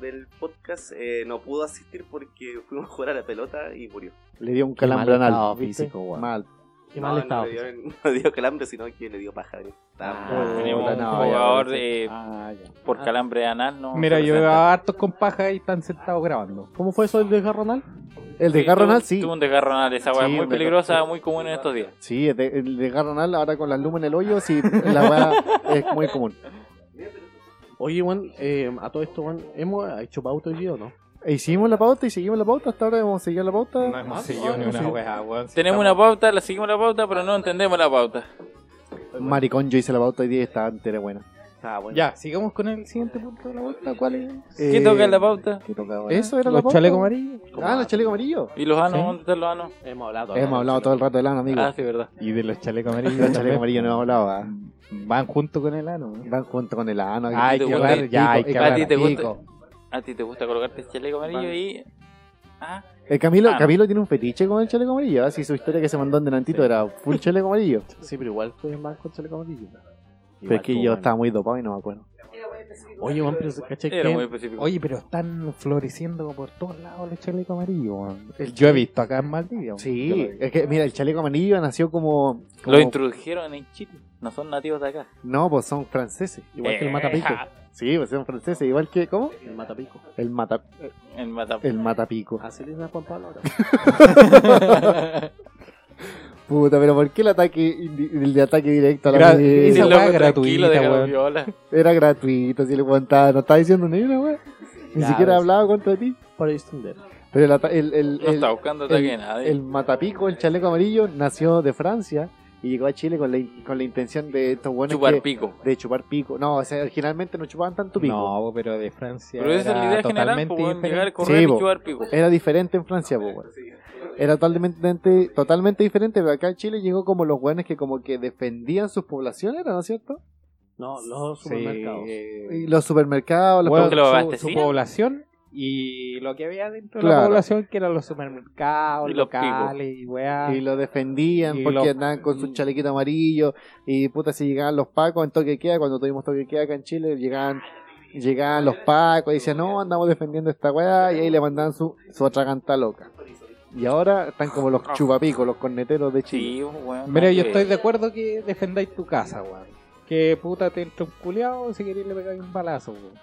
del podcast eh, no pudo asistir porque fuimos a jugar a la pelota y murió.
Le dio un
Qué mal
calambre
estado
anal. ¿viste?
físico, weón.
Mal.
Qué
no,
mal
no
estado.
le dio, no dio calambre, sino que le dio paja. Estaba
Ah,
muy-
Tenemos
Hola,
un
no, ya,
jugador
ya.
eh,
Ah, ya.
por calambre anal. No
Mira,
se
yo veo
presenta.
a hartos con paja y están sentados grabando.
¿Cómo fue eso del desgarro anal?
El
Sí,
de Garro
tuvo-
anal, sí.
Tuvo un desgarro anal, esa weá
Sí,
muy
un desgarro.
peligrosa, muy común en estos días.
Sí, el de, el de Garro anal, ahora con las lumas en el hoyo, sí, la weá es muy común.
Oye, Juan, eh, a todo esto, Juan, ¿hemos hecho pauta hoy día o no?
E hicimos la pauta y seguimos la pauta. Hasta ahora hemos seguido la pauta.
Ah, No hemos seguido ni una weá, weón.
Tenemos una pauta, la seguimos la pauta, pero no entendemos la pauta.
Maricón, yo hice la pauta hoy día y está entera buena.
Ah, bueno.
Ya, sigamos con el siguiente punto de la vuelta. ¿Cuál es?
¿Qué
Eh,
toca en la pauta?
¿qué toca ahora? Eso era la
Los
pauta.
chalecos amarillos.
Ah, los chalecos amarillos.
¿Y los anos?
Sí.
¿Dónde están los anos?
Hemos
Ah,
hablado.
Hemos hablado todo el rato del ano, amigo.
Ah, sí, verdad.
Y de los chalecos amarillos.
Los chalecos amarillos no hemos hablado. ah.
Van junto con el ano. weón.
Van junto con el ano.
Ay,
te
qué
gusta
raro,
el
ya,
pico?
hay
¿A
que
ti
hablar,
te gusta?
pico.
¿A ti te gusta colocarte el chaleco amarillo y...? Ah,
El Eh, Camilo,
Ah.
Camilo tiene un fetiche con el chaleco amarillo. Así su historia que se mandó en delantito era full chaleco amarillo.
Sí, pero igual fue más con chaleco amarillo.
Pero es
Igual
que
tú,
yo
Juan.
estaba muy dopado y no me acuerdo.
Oye, Juan, pero se caché
era muy
que.
específico.
Oye, pero están floreciendo por todos lados los chalecos amarillos. weón. Yo he visto acá en Maldivia. Yo lo
Sí,
vi.
es que mira, el chaleco amarillo nació como. como-
Lo introdujeron en Chile, no son nativos de acá.
No, pues son franceses.
Igual que el matapico.
Eh, ja,
Sí, pues son franceses. Igual que, ¿cómo?
El matapico.
El, mata,
El matapico.
Ah,
el matapico.
Así le dicen a Juan Pablo ahora.
Puta, pero ¿por qué el ataque, indi- el de ataque directo a la
Gra-
mujer?
esa
Ese
weá
loco
es
tranquilo
gratuita,
de
weón.
Gaviola.
Era gratuito, si le contaba, no estaba diciendo ni una, weón. Ni
Ya,
siquiera
ves.
hablaba contra ti.
Para extender.
Pero el, ata- el, el,
No
el-
está buscando
el-
ataque de nadie.
el matapico, el chaleco amarillo, nació de Francia y llegó a Chile con la, in- con la intención de estos buenos
Chupar
que-
pico.
de chupar pico. No, o sea, originalmente no chupaban tanto pico.
No, pero de Francia.
Pero esa es la
era
idea general,
totalmente
pues, weón, llegar,
diferente.
correr
Sí,
y
po.
chupar pico.
Era diferente en Francia, po, weón. Era totalmente, totalmente diferente, pero acá en Chile llegó como los buenos que como que defendían sus poblaciones, ¿no es cierto?
No, los
Sí,
supermercados.
eh,
Y los supermercados, los
bueno,
que lo
su, su
abastecían.
población y lo que había dentro de la
Claro.
población, que eran los supermercados,
Y los
locales y weá.
y lo defendían
Y
porque
los-
andaban con su chalequito amarillo y puta si llegaban los pacos en toque de queda cuando tuvimos toque de queda acá en Chile llegaban llegaban los pacos y decían no andamos defendiendo esta weá y ahí le mandaban su, su atraganta loca y ahora están como los chupapicos los corneteros de Chile
Ah. Sí, weón.
Mira, yo
que-
estoy de acuerdo que defendáis tu casa, weón. Que puta te entra un culiao, si queréis le pegáis un balazo, weón.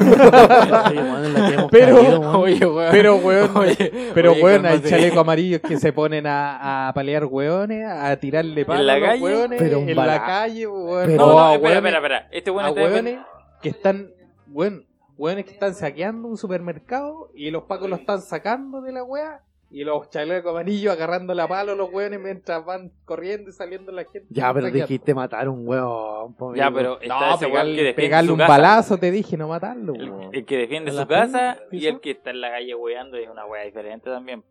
Oye, weón, en la que hemos
Pero-
caído, weón.
Oye, weón.
Pero, weón,
Oye,
Pero,
oye,
weón, hay
cálmate.
chalecos amarillos que se ponen a, a palear weones, a tirarle palos
la
a los
calle?
weones,
Pero un
en
bala-
la calle, weón.
Pero-
No,
O
no,
a
espera,
weones-
espera, espera. Este weón
a
está de-
hueones que están, weón, hueones que están saqueando un supermercado y los pacos lo están sacando de la wea y los chalecos amarillos agarrando la palo los hueones mientras van corriendo y saliendo la gente.
ya pero
Saqueando.
dijiste matar un weón po,
Ya,
amigo.
pero está ese
No,
weón que
pegarle,
defiende
pegarle
su
un
casa.
balazo te dije, no matarlo.
El,
weón.
el que defiende
¿En
su
la
casa
prensa?
y el que está en la calle weando es una wea diferente también.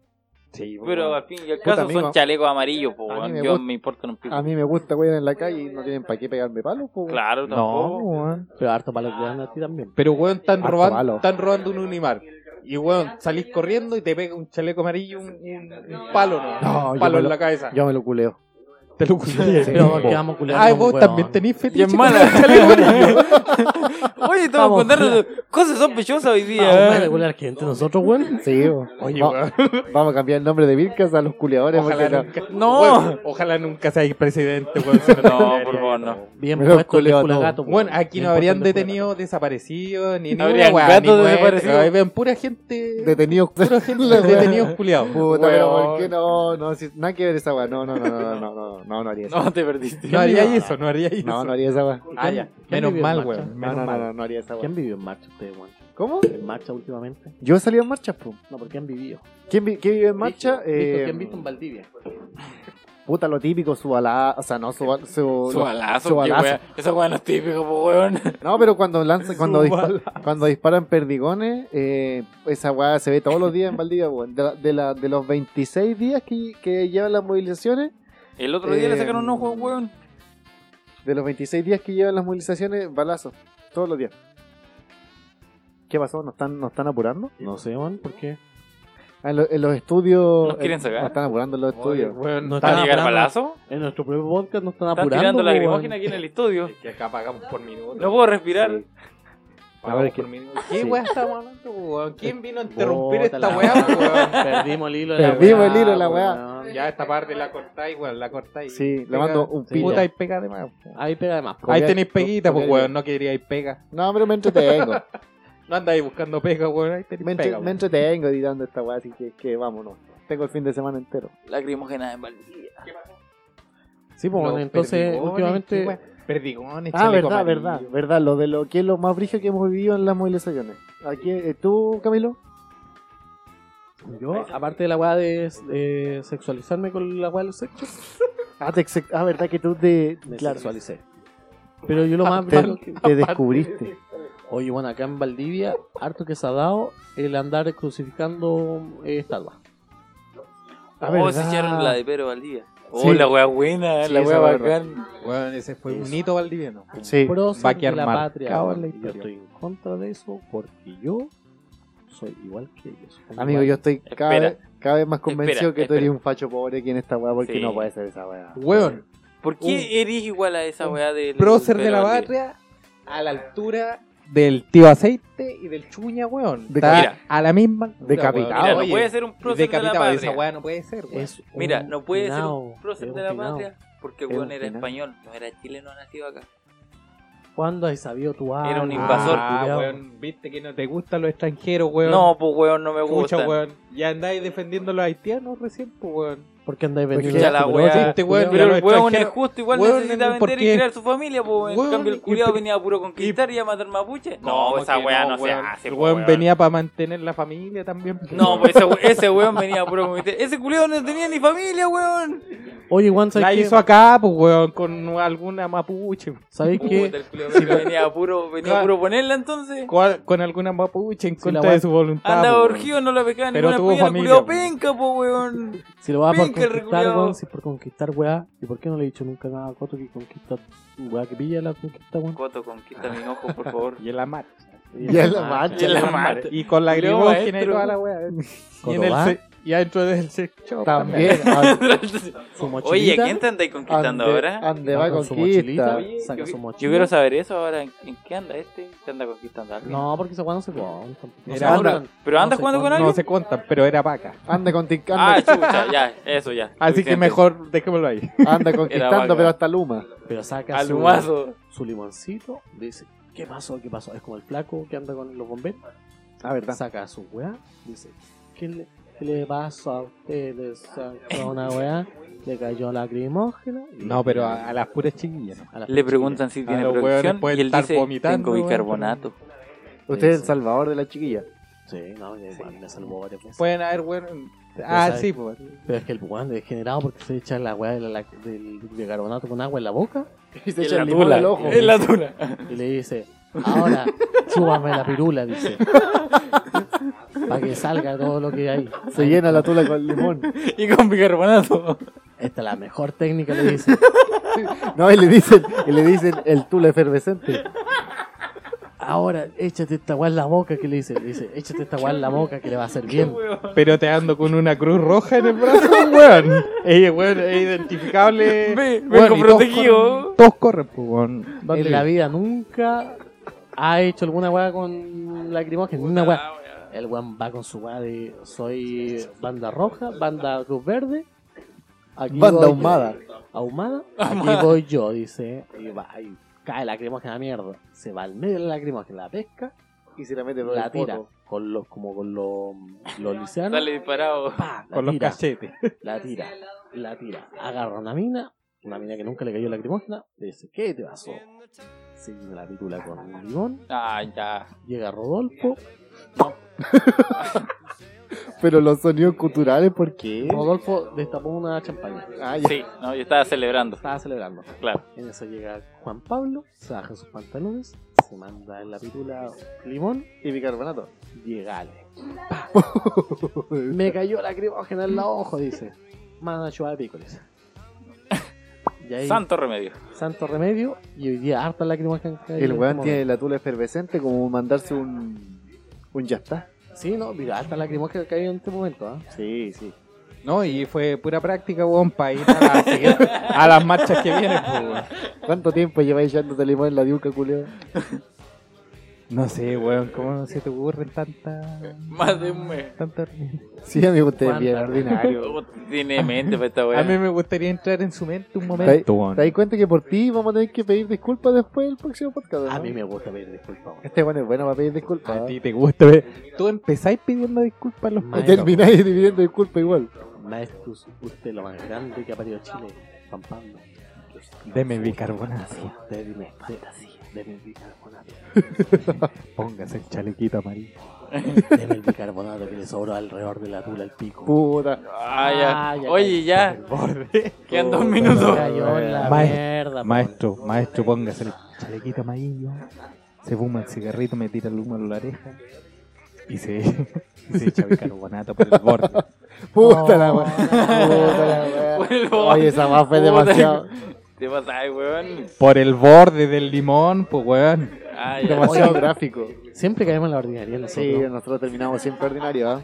Sí,
Pero
weón.
al fin y al
Puta,
caso
amigo.
son chalecos amarillos, po,
A mí
weón.
me
Yo
gusta-
me importa un pico.
a mí me gusta weón en la calle y no tienen para qué pegarme palos po, weón.
Claro,
no,
tampoco.
weón.
Pero harto para los que dan a ti también.
Pero weón, están
Harto
robando,
palo.
están robando un Unimar. Y weón, salís corriendo y te pega un chaleco amarillo, un, un- un palo, ¿no?
No,
un
yo
palo
me
en
lo-
la cabeza.
yo me lo culeo
Te lo
Sí, pero quedamos culiando
Ay,
con
vos
weón.
también tenés
Y
fetiche.
es
con
mala.
el chaleco amarillo.
Oye, estamos
Vamos.
contando cosas sospechosas hoy día. eh.
Ah,
weón.
vamos a regular que entre nosotros, weón.
sí weón.
Oye,
Va-
weón,
vamos a cambiar el nombre de Vilcas a los culeadores
ojalá
porque no-
nunca,
No.
weón, ojalá nunca seáis presidente, weón. si
No, por favor, no.
Bien
Me lo
puesto el
culeo a
gato,
todos.
Bueno, aquí no
Bien
habrían
puesto el
detenido desaparecidos, ni ninguna
Habrían
weá,
gatos
ni muertos,
desaparecidos.
ahí ven pura gente,
detenidos
pura gente
La weá.
detenidos culiados.
Puta, pero
Weón.
¿por qué no? No, si- nada que ver esa weá. No, no, no, no, no, no, no, no, no haría eso.
No, te perdiste.
No haría eso, no haría eso.
No, no haría esa weá.
Ah, ya.
¿Quién
Menos
vivió en
mal,
marcha?
weón.
No,
Menos
no, no,
mal.
no, no haría esa
pueblo.
weá.
¿Quién vivió en marcha ustedes, weón?
¿Cómo?
¿En marcha últimamente?
Yo salí en marcha, po.
No, porque han vivido.
¿Quién, vi- quién vive en marcha?
Visto, visto,
Eh,
¿Quién visto en Valdivia?
puta, lo típico, su bala, o sea, no, su, bal- su,
Su
lo-
balazo,
su
qué
balazo.
wea. Esa weá no es típica, po, weón.
No, pero cuando lanza, cuando,
Su
dispa-
balazo.
cuando disparan perdigones, eh, esa weá se ve todos los días en Valdivia, weón. De, la- de, la- de los 26 días que, que llevan las movilizaciones,
El otro día le
Eh,
sacaron un ojo, weón.
de los 26 días que llevan las movilizaciones, balazos, todos los días. ¿Qué pasó? ¿Nos están, nos están apurando?
No sé, weón, ¿por qué?
Ah, En, lo- en los estudios.
Nos quieren
eh,
sacar.
nos están apurando en los
Oye,
estudios.
weón,
No
no
está-
¿Van a
está
llegar
apurando.
balazo?
En nuestro propio podcast nos están
Están
apurando.
tirando
weón.
lagrimógena aquí en el estudio.
Que acá pagamos por minuto.
No puedo respirar.
Pagamos
A ver,
por
que-
minuto. ¿Qué
sí.
weá estamos hablando, weón? ¿Quién vino a interrumpir
Bota
esta
la
weá, weón?
Perdimos el hilo de la
Perdimos
weá,
el hilo de la weá.
weón.
Ah, Ya esta parte la cortáis, weón, la cortáis.
Sí, le
Pega-
mando un
Sí.
pito.
Puta y pega de más.
Ahí pega de más. po.
Copiar-
Ahí tenéis peguita, pues
copiar-
weón, no queríais pega.
No, pero me entretengo.
No andáis buscando pega, weón, ahí tenéis
me, entre-
pega.
me
weón.
entretengo editando esta weá, así que, que vámonos. Tengo el fin de semana entero.
Lacrimógena en Valdivia.
Sí, pues, bueno,
Los
entonces,
perdigones, qué
últimamente.
weón. Perdigones,
Ah,
chaleco
verdad,
amarillo.
verdad, verdad. Lo de lo que es lo más brillo que hemos vivido en las movilizaciones. Aquí, eh, ¿Tú, Camilo?
Yo, aparte de la weá de, de sexualizarme con la weá del sexo,
Ah, te ex- ah, verdad que tú te,
me
claro,
sexualicé. Pero yo lo más
te,
malo que-
te descubriste.
Oye, bueno, acá en Valdivia, harto que se ha dado el andar crucificando eh, estatuas.
Ah,
Oh, se
verdad.
echaron la de Pedro Valdivia. Oh,
Sí.
la wea buena, eh,
Sí,
la wea
esa wea
bacán.
Weón, ese fue un hito valdiviano.
Sí.
Prócer
va a quedar
de la
marcado
patria.
en la
Y yo
historia.
estoy en contra de eso porque yo soy igual que ellos.
Amigo, yo estoy cada,
Espera.
vez- cada vez más convencido
Espera,
que tú
espera.
eres un facho pobre aquí en esta weá, porque
Sí.
no puede ser esa weá.
Weón,
¿Por
Un-
qué eres igual a esa
un
wea de.
prócer de la patria a la altura del tío aceite y del chuña, weón.
De-
Está
Mira.
a la misma. altura,
Decapitado.
Mira,
weón.
no
Oye,
puede ser un prócer de la
decapitado, esa
patria.
weá no puede ser, weón.
Es un
Mira, no puede ser un
finao,
prócer
es
de la
finao.
patria porque el
Es
weón
un
era
finao.
español, no era chileno nacido acá.
¿Cuándo has sabido tu alma?
Era un invasor. pues,
Ah,
culiao?
weón, viste que no te gustan los extranjeros, weón.
No, pues weón, no me
Pucha,
gusta.
weón. Ya andáis defendiendo a los haitianos recién, pues, weón.
¿Por qué andáis vendiendo?
Escucha la
esto,
wea.
pero-
Este weón
Pero
era
el
un
huevón es
extranjero.
justo, igual
Huevón,
necesita
¿por
vender y
qué?
criar a su familia, pues. En
Huevón,
cambio,
y-
el culiado
y-
venía a puro conquistar y a matar mapuche. No,
¿Cómo
esa
que
weá no, se
weón?
hace,
El
po,
weón
weón.
venía para mantener la familia también. po,
No,
weón.
pues ese, we- ese weón venía a puro conquistar. Ese culiado no tenía ni familia, weón.
Oye, Juan,
La
¿sabéis
hizo
qué?
acá, pues, weón, con alguna mapuche.
¿Sabéis qué?
Puta, el culiao venía- venía a puro, venía a puro ponerla entonces.
Con, con alguna mapuche en
la
contra
weá-
de su voluntad. pues,
Andaba
po, weón.
orgido, no la pescaba
Pero
ninguna
tuvo
cuña,
familia,
culiao
po.
penca, po, weón.
Si lo vas por
Penca el
conquistar,
reculeado.
weón, si es por conquistar, weá. ¿Y por qué no le he dicho nunca nada a Coto que conquista, weá, que pilla la conquista, weón?
Coto, conquista mis ojos, por favor.
Y en la mar.
Y en la
Ah,
marcha.
Ah, Y en la mar.
Y con la
Creo,
grimógena y
maestro.
toda la weá. eh. Y, en el
Cotobá.
se- y adentro del sex shop.
También. a-
Su
Oye,
mochilita.
¿a quién te andáis conquistando
ande-
ahora?
Ande va
Saca su
conquista.
mochilita. Saca
yo,
su
yo
mochila.
quiero saber eso ahora. ¿En, en qué anda este? ¿Te anda conquistando a alguien?
No, porque esa weá no se puede. No se
Era-
compran.
¿Pero anda
no
jugando con
sé cuándo-
alguien?
No se cuentan, pero era vaca.
Anda, conti-
Ah,
anda,
chucha, ya, eso ya.
Así que
Suficiente.
mejor dejémoslo ahí.
anda
vaca.
conquistando, pero hasta Luma.
Pero saca
Al
su,
humazo.
su limoncito, dice, ¿qué pasó? ¿Qué pasó? Es como el flaco que anda con los bomberos.
Ah, verdad.
Saca a su weá, dice, ¿qué le, qué le pasa a ustedes? Saca una weá, le cayó lacrimógena. y-
No, pero a, a las puras chiquillas.
a la
Le
chiquilla.
preguntan si tiene
los
producción
hueones pueden
y él
estar
dice,
vomitando,
tengo
hueón,
bicarbonato.
Usted es el
Sí.
salvador de la chiquilla.
Sí, no, que igual me salvó varias veces.
Pueden haber, weón. Ah,
sabes.
sí, pues.
Pero es que el weón degenerado porque se echa la weá de la- del bicarbonato con agua en la boca
Y se
En
echa
la
el limón
tula.
al ojo.
En la
tula.
y le dice, ahora chúpame la pirula, dice. Para que salga todo lo que hay.
Se llena la tula con limón.
Y con bicarbonato.
Esta es la mejor técnica, le dice.
No, y le dicen, y le dicen el tula efervescente.
Ahora, échate esta weá en la boca, que le dice. Le dice, échate esta weá en la boca que le va a hacer bien.
Pero te ando con una cruz roja en el brazo, weón. Ey, weón, es identificable.
Ve-
Weón,
vengo
y todos
protegido.
corren- Todos corren, pues, weón.
En la vida nunca ha hecho alguna weá con lacrimógena. Una
Ah,
weá. El weón va con su weá de soy banda roja, banda cruz verde. aquí
Banda
voy yo.
ahumada.
Ahumada. Aquí voy yo, dice. Y va, y cae lacrimógena a mierda. Se va al medio de la lacrimógena, la pesca,
Y se la mete por
la
el
tira.
poto.
Con los, como con los, los liceanos.
Sale disparado.
pa, la
Con los
tira.
cachetes.
La tira, la tira. Agarra una mina, una mina que nunca le cayó lacrimógena, le dice, ¿qué te pasó? Se llena la pirula con limón,
Ah, ya.
llega Rodolfo,
Pero los sonidos culturales, ¿por qué?
Rodolfo destapó una champaña.
Ah, ya.
Sí, no, yo estaba celebrando.
Estaba celebrando.
Claro.
En eso llega Juan Pablo, se baja sus pantalones, se manda en la pirula limón,
Y bicarbonato.
llegale. Pa. Me cayó lacrimógena en la ojo, dice. Manda a chupar pícoles. Y ahí,
Santo remedio.
santo remedio, y hoy día harta lacrimógena. que hay
El
en
weón
este
tiene la tula efervescente como mandarse un. un ya está.
Sí, no, mira, hasta la que cayó en este momento, ¿ah? Sí, sí.
No, y fue pura práctica, weón, para ir a, la siguiente- a las marchas que vienen, pues, weón.
¿Cuánto tiempo lleváis echándote limón en la diuca, culeo?
No sé, weón, ¿cómo no se te ocurren tantas.
Más de un mes.
tantas
Sí, amigo, usted es bien
¿Cuánta?
ordinario.
Tiene mente para esta
A mí
weá.
me gustaría entrar en su mente un
¿Te,
momento,
te das
weón.
cuenta que por ti vamos a tener que pedir disculpas después del próximo podcast? ¿no?
A mí me gusta pedir disculpas.
Este weón es bueno para pedir disculpas.
A
¿eh?
ti te gusta, ver. Tú empezáis pidiendo disculpas a los
Maestro.
culiados.
Termináis dividiendo disculpas igual.
Maestros, usted es lo más grande que ha parido Chile, Juan Pablo.
Deme bicarbonato.
Usted dime, fantasía, deme el bicarbonato.
Póngase el chalequito amarillo.
Deme el bicarbonato que le sobró alrededor de la tula al pico.
Puta.
Ah, ya.
Ah, ya
Oye, ya. Quedan dos
Me
minutos.
cayó en la
Maestro,
mierda. po.
Maestro, maestro, póngase el chalequito amarillo. Se fuma el cigarrito, me tira el humo en la oreja. Y se, y se echa bicarbonato por el borde.
Puta la weá. Oh. Puta la weá.
Vuelvo.
Oye, esa más fue
Puta.
demasiado.
Te pasas, weón.
Por el borde del limón, pues, weón.
Ah, ya.
Demasiado gráfico.
Siempre caemos en la ordinaria
Sí,
nosotros.
nosotros terminamos siempre ordinario, ¿ah?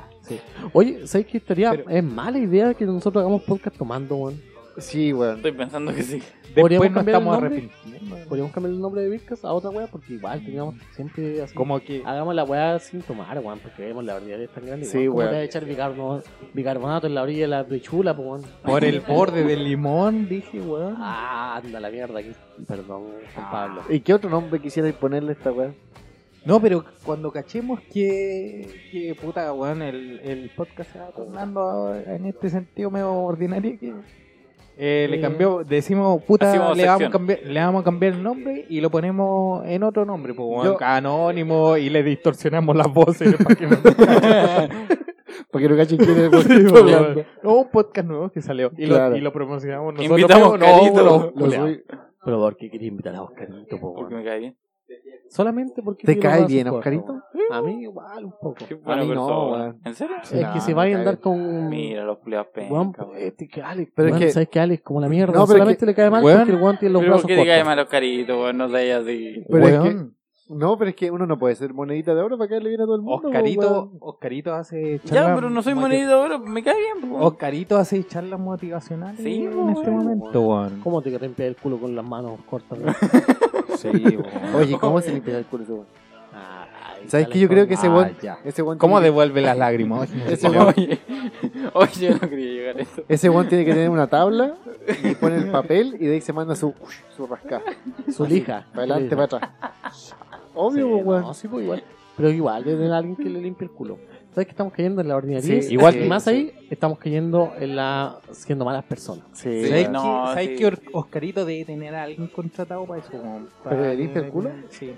Oye, ¿sabes qué historia? Es mala idea que nosotros hagamos podcast tomando, weón.
Sí, weón.
Estoy pensando que sí.
¿Podríamos
Después nos
cambiar el
estamos
nombre?
arrepintiendo.
Podríamos cambiar el nombre de Vircas a otra weá porque igual teníamos siempre así.
Como que
Hagamos la weá sin tomar, weón, porque vemos la verdad es tan grande.
Sí,
weón. ¿Cómo
weón.
te vas a echar bicarbonato, bicarbonato en la orilla de la pichula, po, weón?
por el borde del limón, dije, weón.
Ah, anda la mierda aquí. Perdón, Juan Pablo.
¿Y qué otro nombre quisierais ponerle a esta weá?
No, pero cuando cachemos que, que puta, weón, el, el podcast se va tornando a- en este sentido medio ordinario que eh, le cambió, decimos, puta,
Así vamos
le vamos, a
sección.
cambiar, le vamos a cambiar el nombre y lo ponemos en otro nombre, pues, weón,
Yo-
anónimo y le distorsionamos las voces para que no,
Porque no cachen quién es el
Sí,
podcast,
weón.
weón.
No, un podcast nuevo que salió y,
Claro.
lo, y lo promocionamos nosotros.
Invitamos
pero no,
Carito.
weón,
Lo
culiao.
subí.
Pero porque quería invitar a Oscarito, po,
Porque
weón.
me cae bien.
Solamente porque.
¿Te
quiero
cae
más
bien,
soporte,
Oscarito?
weón. A mí igual, un poco.
Qué buena
mí no,
persona.
weón.
¿En serio?
Sí.
es
No,
que se
me
vaya a
cae
andar
bien.
con.
Mira los culiados pencas.
Weón,
weón.
este que Alex,
Pero es
weón,
que-
¿sabes que Alex como la mierda?
No, pero es
solamente
que-
le cae mal
Weón,
porque el weón tiene los
Pero
brazos
¿por qué te cae
cortos.
mal los caritos, weón? No seas así.
Pero es
Weón.
que- no, pero es que uno no puede ser monedita de oro para caerle bien a todo el mundo.
Oscarito,
weón.
Oscarito hace
Ya,
charlas
pero no soy
motiv-
monedito ahora, me cae bien, po.
Oscarito hace charlas motivacionales
Sí,
en
weón.
este momento, weón.
¿Cómo te limpias el culo con las manos cortas? weón?
Sí, weón.
Oye, ¿cómo se limpia el culo ese weón?
Ay,
¿Sabes
sale
que yo creo
con-
que ese
Ah,
weón-
ya.
Ese weón
¿Cómo
tiene,
devuelve las lágrimas?
Ese weón-
Oye, oye, yo no quería llegar a eso.
que- ese weón tiene que tener una tabla y pone el papel y de ahí se manda su, su rascada.
Su lija.
Para adelante, para atrás. Obvio,
Sí,
weón.
no, sí, pues, igual. Pero igual, de tener a alguien que le limpie el culo. ¿Sabes que estamos cayendo en la ordinariedad?
Sí,
igual
sí,
y más
sí.
ahí, estamos cayendo en la. siendo malas personas.
Sí,
¿Sabes
weón.
no,
que, sabes
sí.
que Or- Oscarito debe tener a alguien contratado para eso? weón? Para
¿Pero le limpia el culo?
Sí.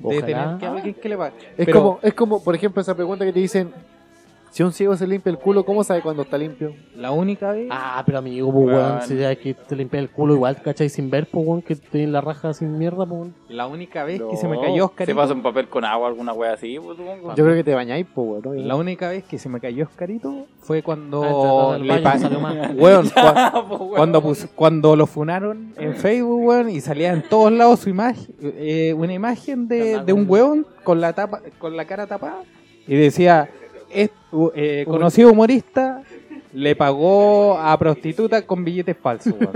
Debe
Ojalá.
tener que alguien que le pague.
Es,
Pero-
como, es como, por ejemplo, esa pregunta que te dicen: si un ciego se limpia el culo, ¿cómo sabe cuando está limpio?
La única vez.
Ah, pero amigo, pues, weón,
Weón.
si ya que te limpia el culo igual, ¿cachai? Sin ver, pues, weón, que tenés la raja sin mierda, pues, weón.
La única vez
No.
que se me cayó
Se
Oscarito.
pasa un papel con agua, alguna wea así, pues, supongo.
Yo creo que te bañáis, po, weón.
La única vez que se me cayó Oscarito fue
Ah, entrando
cuando
al
le
baño,
pa-
salió mal.
Weón, cua-
Ah, pues, weón.
cuando, pus- cuando lo funaron en Facebook, weón, y salía en todos lados su imagen, eh, una imagen de, de un weón con la tapa, con la cara tapada, y decía, "Es- u- eh, conocido humorista le pagó a prostituta con billetes falsos, weón.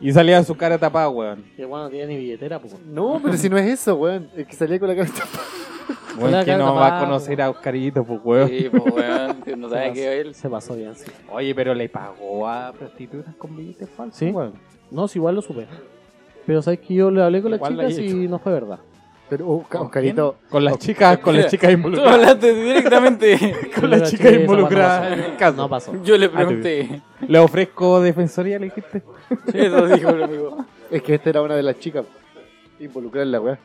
Y salía su cara tapada, weón.
Que weón no tiene ni billetera, pues. weón.
No, pero si no es eso, weón. Es que salía con la cara.
Weón,
la
que
cara
no va a
tapada,
conocer a Oscarito, pues, weón.
Sí, pues, weón, si no sabes qué él.
Se pasó bien, sí.
Oye, pero le pagó a prostitutas con billetes falsos,
Sí.
weón.
No, si igual lo supe. Pero sabes que yo le hablé con la
Igual
chica
lo he
y no fue verdad.
Pero, oh, ca- Oscarito,
Con las chicas, con las chicas
Tú
involucradas.
hablaste directamente.
Yo
Con
le
las
caché
chicas
esa
involucradas
guata,
en
no
el caso.
No pasó.
Yo le
Ah,
pregunté.
Le ofrezco defensoría, le dijiste.
Eso dijo el amigo.
es que esta era una de las chicas. Involucrarla, weón.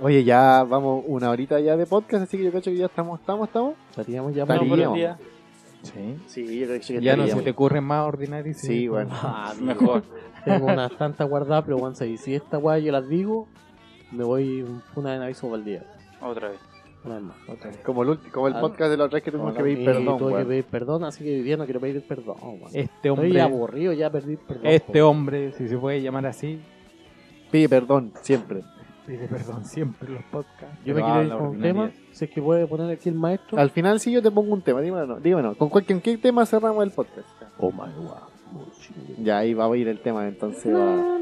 Oye, ya vamos una horita ya de podcast, así que yo cacho que ya estamos, estamos, estamos.
La teníamos ya
Estaría-
No, por el
mal.
día.
Sí.
Sí, yo cacho
Ya no se te ocurren más ordinarios.
Sí, weón.
Ah, amigo,
Mejor.
Tengo unas tantas guardadas, pero weón, si si esta weá yo las digo, me voy una vez en aviso para el día.
Otra vez.
Una vez más.
Como el, ulti- como el
Ah.
podcast de la otra vez que tuvimos que pedir
Y
perdón,
tuve que
weón.
pedir perdón, así que hoy día no quiero pedir perdón. weón.
Este
Estoy
hombre,
aburrido, ya perdí perdón.
este
po.
hombre, si se puede llamar así,
Pide perdón, siempre.
pide perdón siempre en los podcasts.
Yo me quiero ir con un tema, si es que puede poner aquí el maestro.
Al final sí yo te pongo un tema, dímelo, no, dímelo, no. ¿Con cuál, con qué tema cerramos el podcast?
Oh my god.
Ya ahí va a ir el tema, entonces va.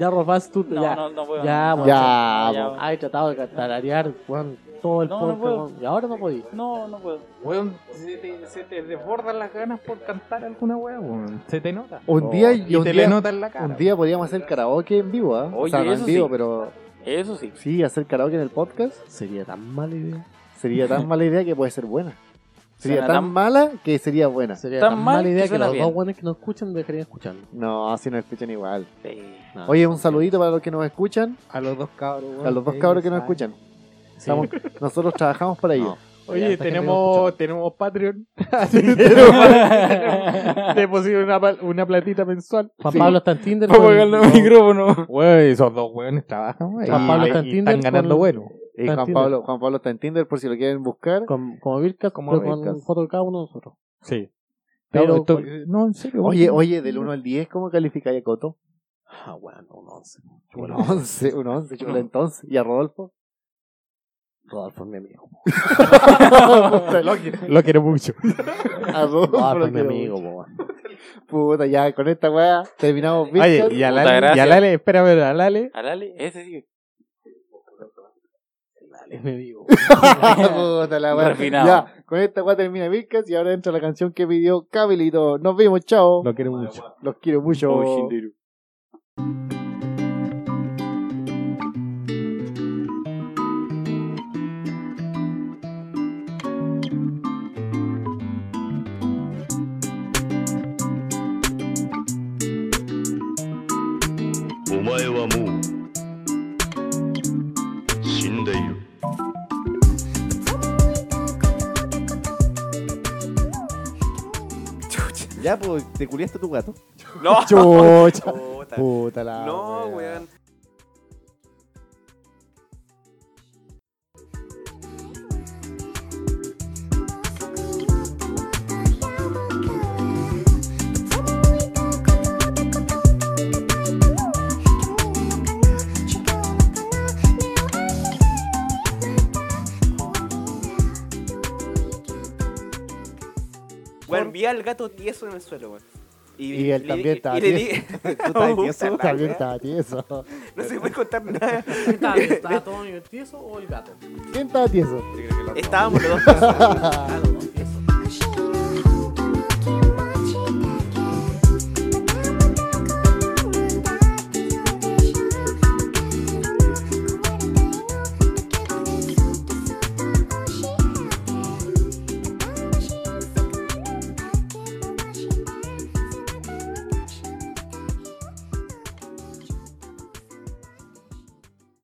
Ya robás tú,
No,
ya.
no, no puedo.
Ya,
no,
weón.
Ya,
ya,
po.
Ay, he tratado de tararear, weón, todo el
No, no
podcast,
puedo.
weón, y ahora no podí.
No, no puedo.
Weón, se te, se te desbordan las ganas por cantar alguna weá, weón. Se te nota. Oh,
un día Oh, y
Y
un
te le
día,
nota en la cara.
un día podíamos hacer karaoke en vivo, ¿ah? O
Oye,
sea, no en
eso
vivo,
sí.
pero
Eso sí.
sí, hacer karaoke en el podcast
Sería tan mala idea.
sería tan mala idea que puede ser buena. Sería
Suena
tan,
tan-
mala que sería buena.
Sería
Tan
tan,
mal
mala idea
que
que,
suena
los
bien.
dos buenos que nos escuchan dejarían escucharlo.
No, así nos escuchan igual.
Sí.
Nada.
Oye, un saludito para los que nos escuchan,
A los dos cabros, weón.
a los dos cabros que nos
Ay.
escuchan.
Sí.
Estamos- nosotros trabajamos para ello.
No.
Oye,
Esta gente
tenemos, tenemos Patreon. Así que tenemos- Depositan una, pal- una platita mensual.
Juan Pablo está en Tinder.
Vamos a
con-
pagarle
con-
el micrófono.
Wey, esos dos weones trabajan,
Ah,
wey.
Juan Pablo está en
y
Tinder
están ganando
con-
bueno.
Y
está en
Juan
Tinder.
Pablo, Juan Pablo está en Tinder por si lo quieren buscar.
con- como Vircas,
Como
pero con
Vircas.
foto de cada uno de nosotros.
Sí.
Pero-
Pero, no, en serio.
Oye, oye, del 1 al 10, ¿cómo calificáis a Coto?
Ah, bueno, un once.
Un
Bueno,
11, un 11, chula, entonces. ¿Y a Rodolfo?
Rodolfo es mi amigo.
Puta, lo que-
Lo quiero mucho.
a Rodolfo
Rodolfo
lo
es mi
quiero
Ah, amigo,
mucho.
po, weón.
Puta, ya con esta weá terminamos bien.
Oye, y a
Puta,
Lale, y a
gracias.
Lale, espérame, a Lale.
Alale, ese sí.
Es mi amigo.
Puta la weá.
Refinado.
Ya, con esta weá termina Vilcas y ahora entra la canción que pidió Cabelito. Nos vimos, chao.
Lo quiero mucho.
Los quiero mucho.
Oh, Shinderu.
前はもう死んでいる
Ya, pues te culiaste a tu gato.
No,
Chucha.
Puta.
Puta la.
No,
wea.
weón. Weón, vi al gato tieso en el suelo, weón.
Y él
le-
también estaba
y le di-
Tú
Puta
estás
la
También
wea.
estaba tieso.
No se puede contar nada.
¿Estaba, estaba todo tieso o el gato?
¿Quién estaba tieso?
Estábamos los dos. tiesos.
Ah,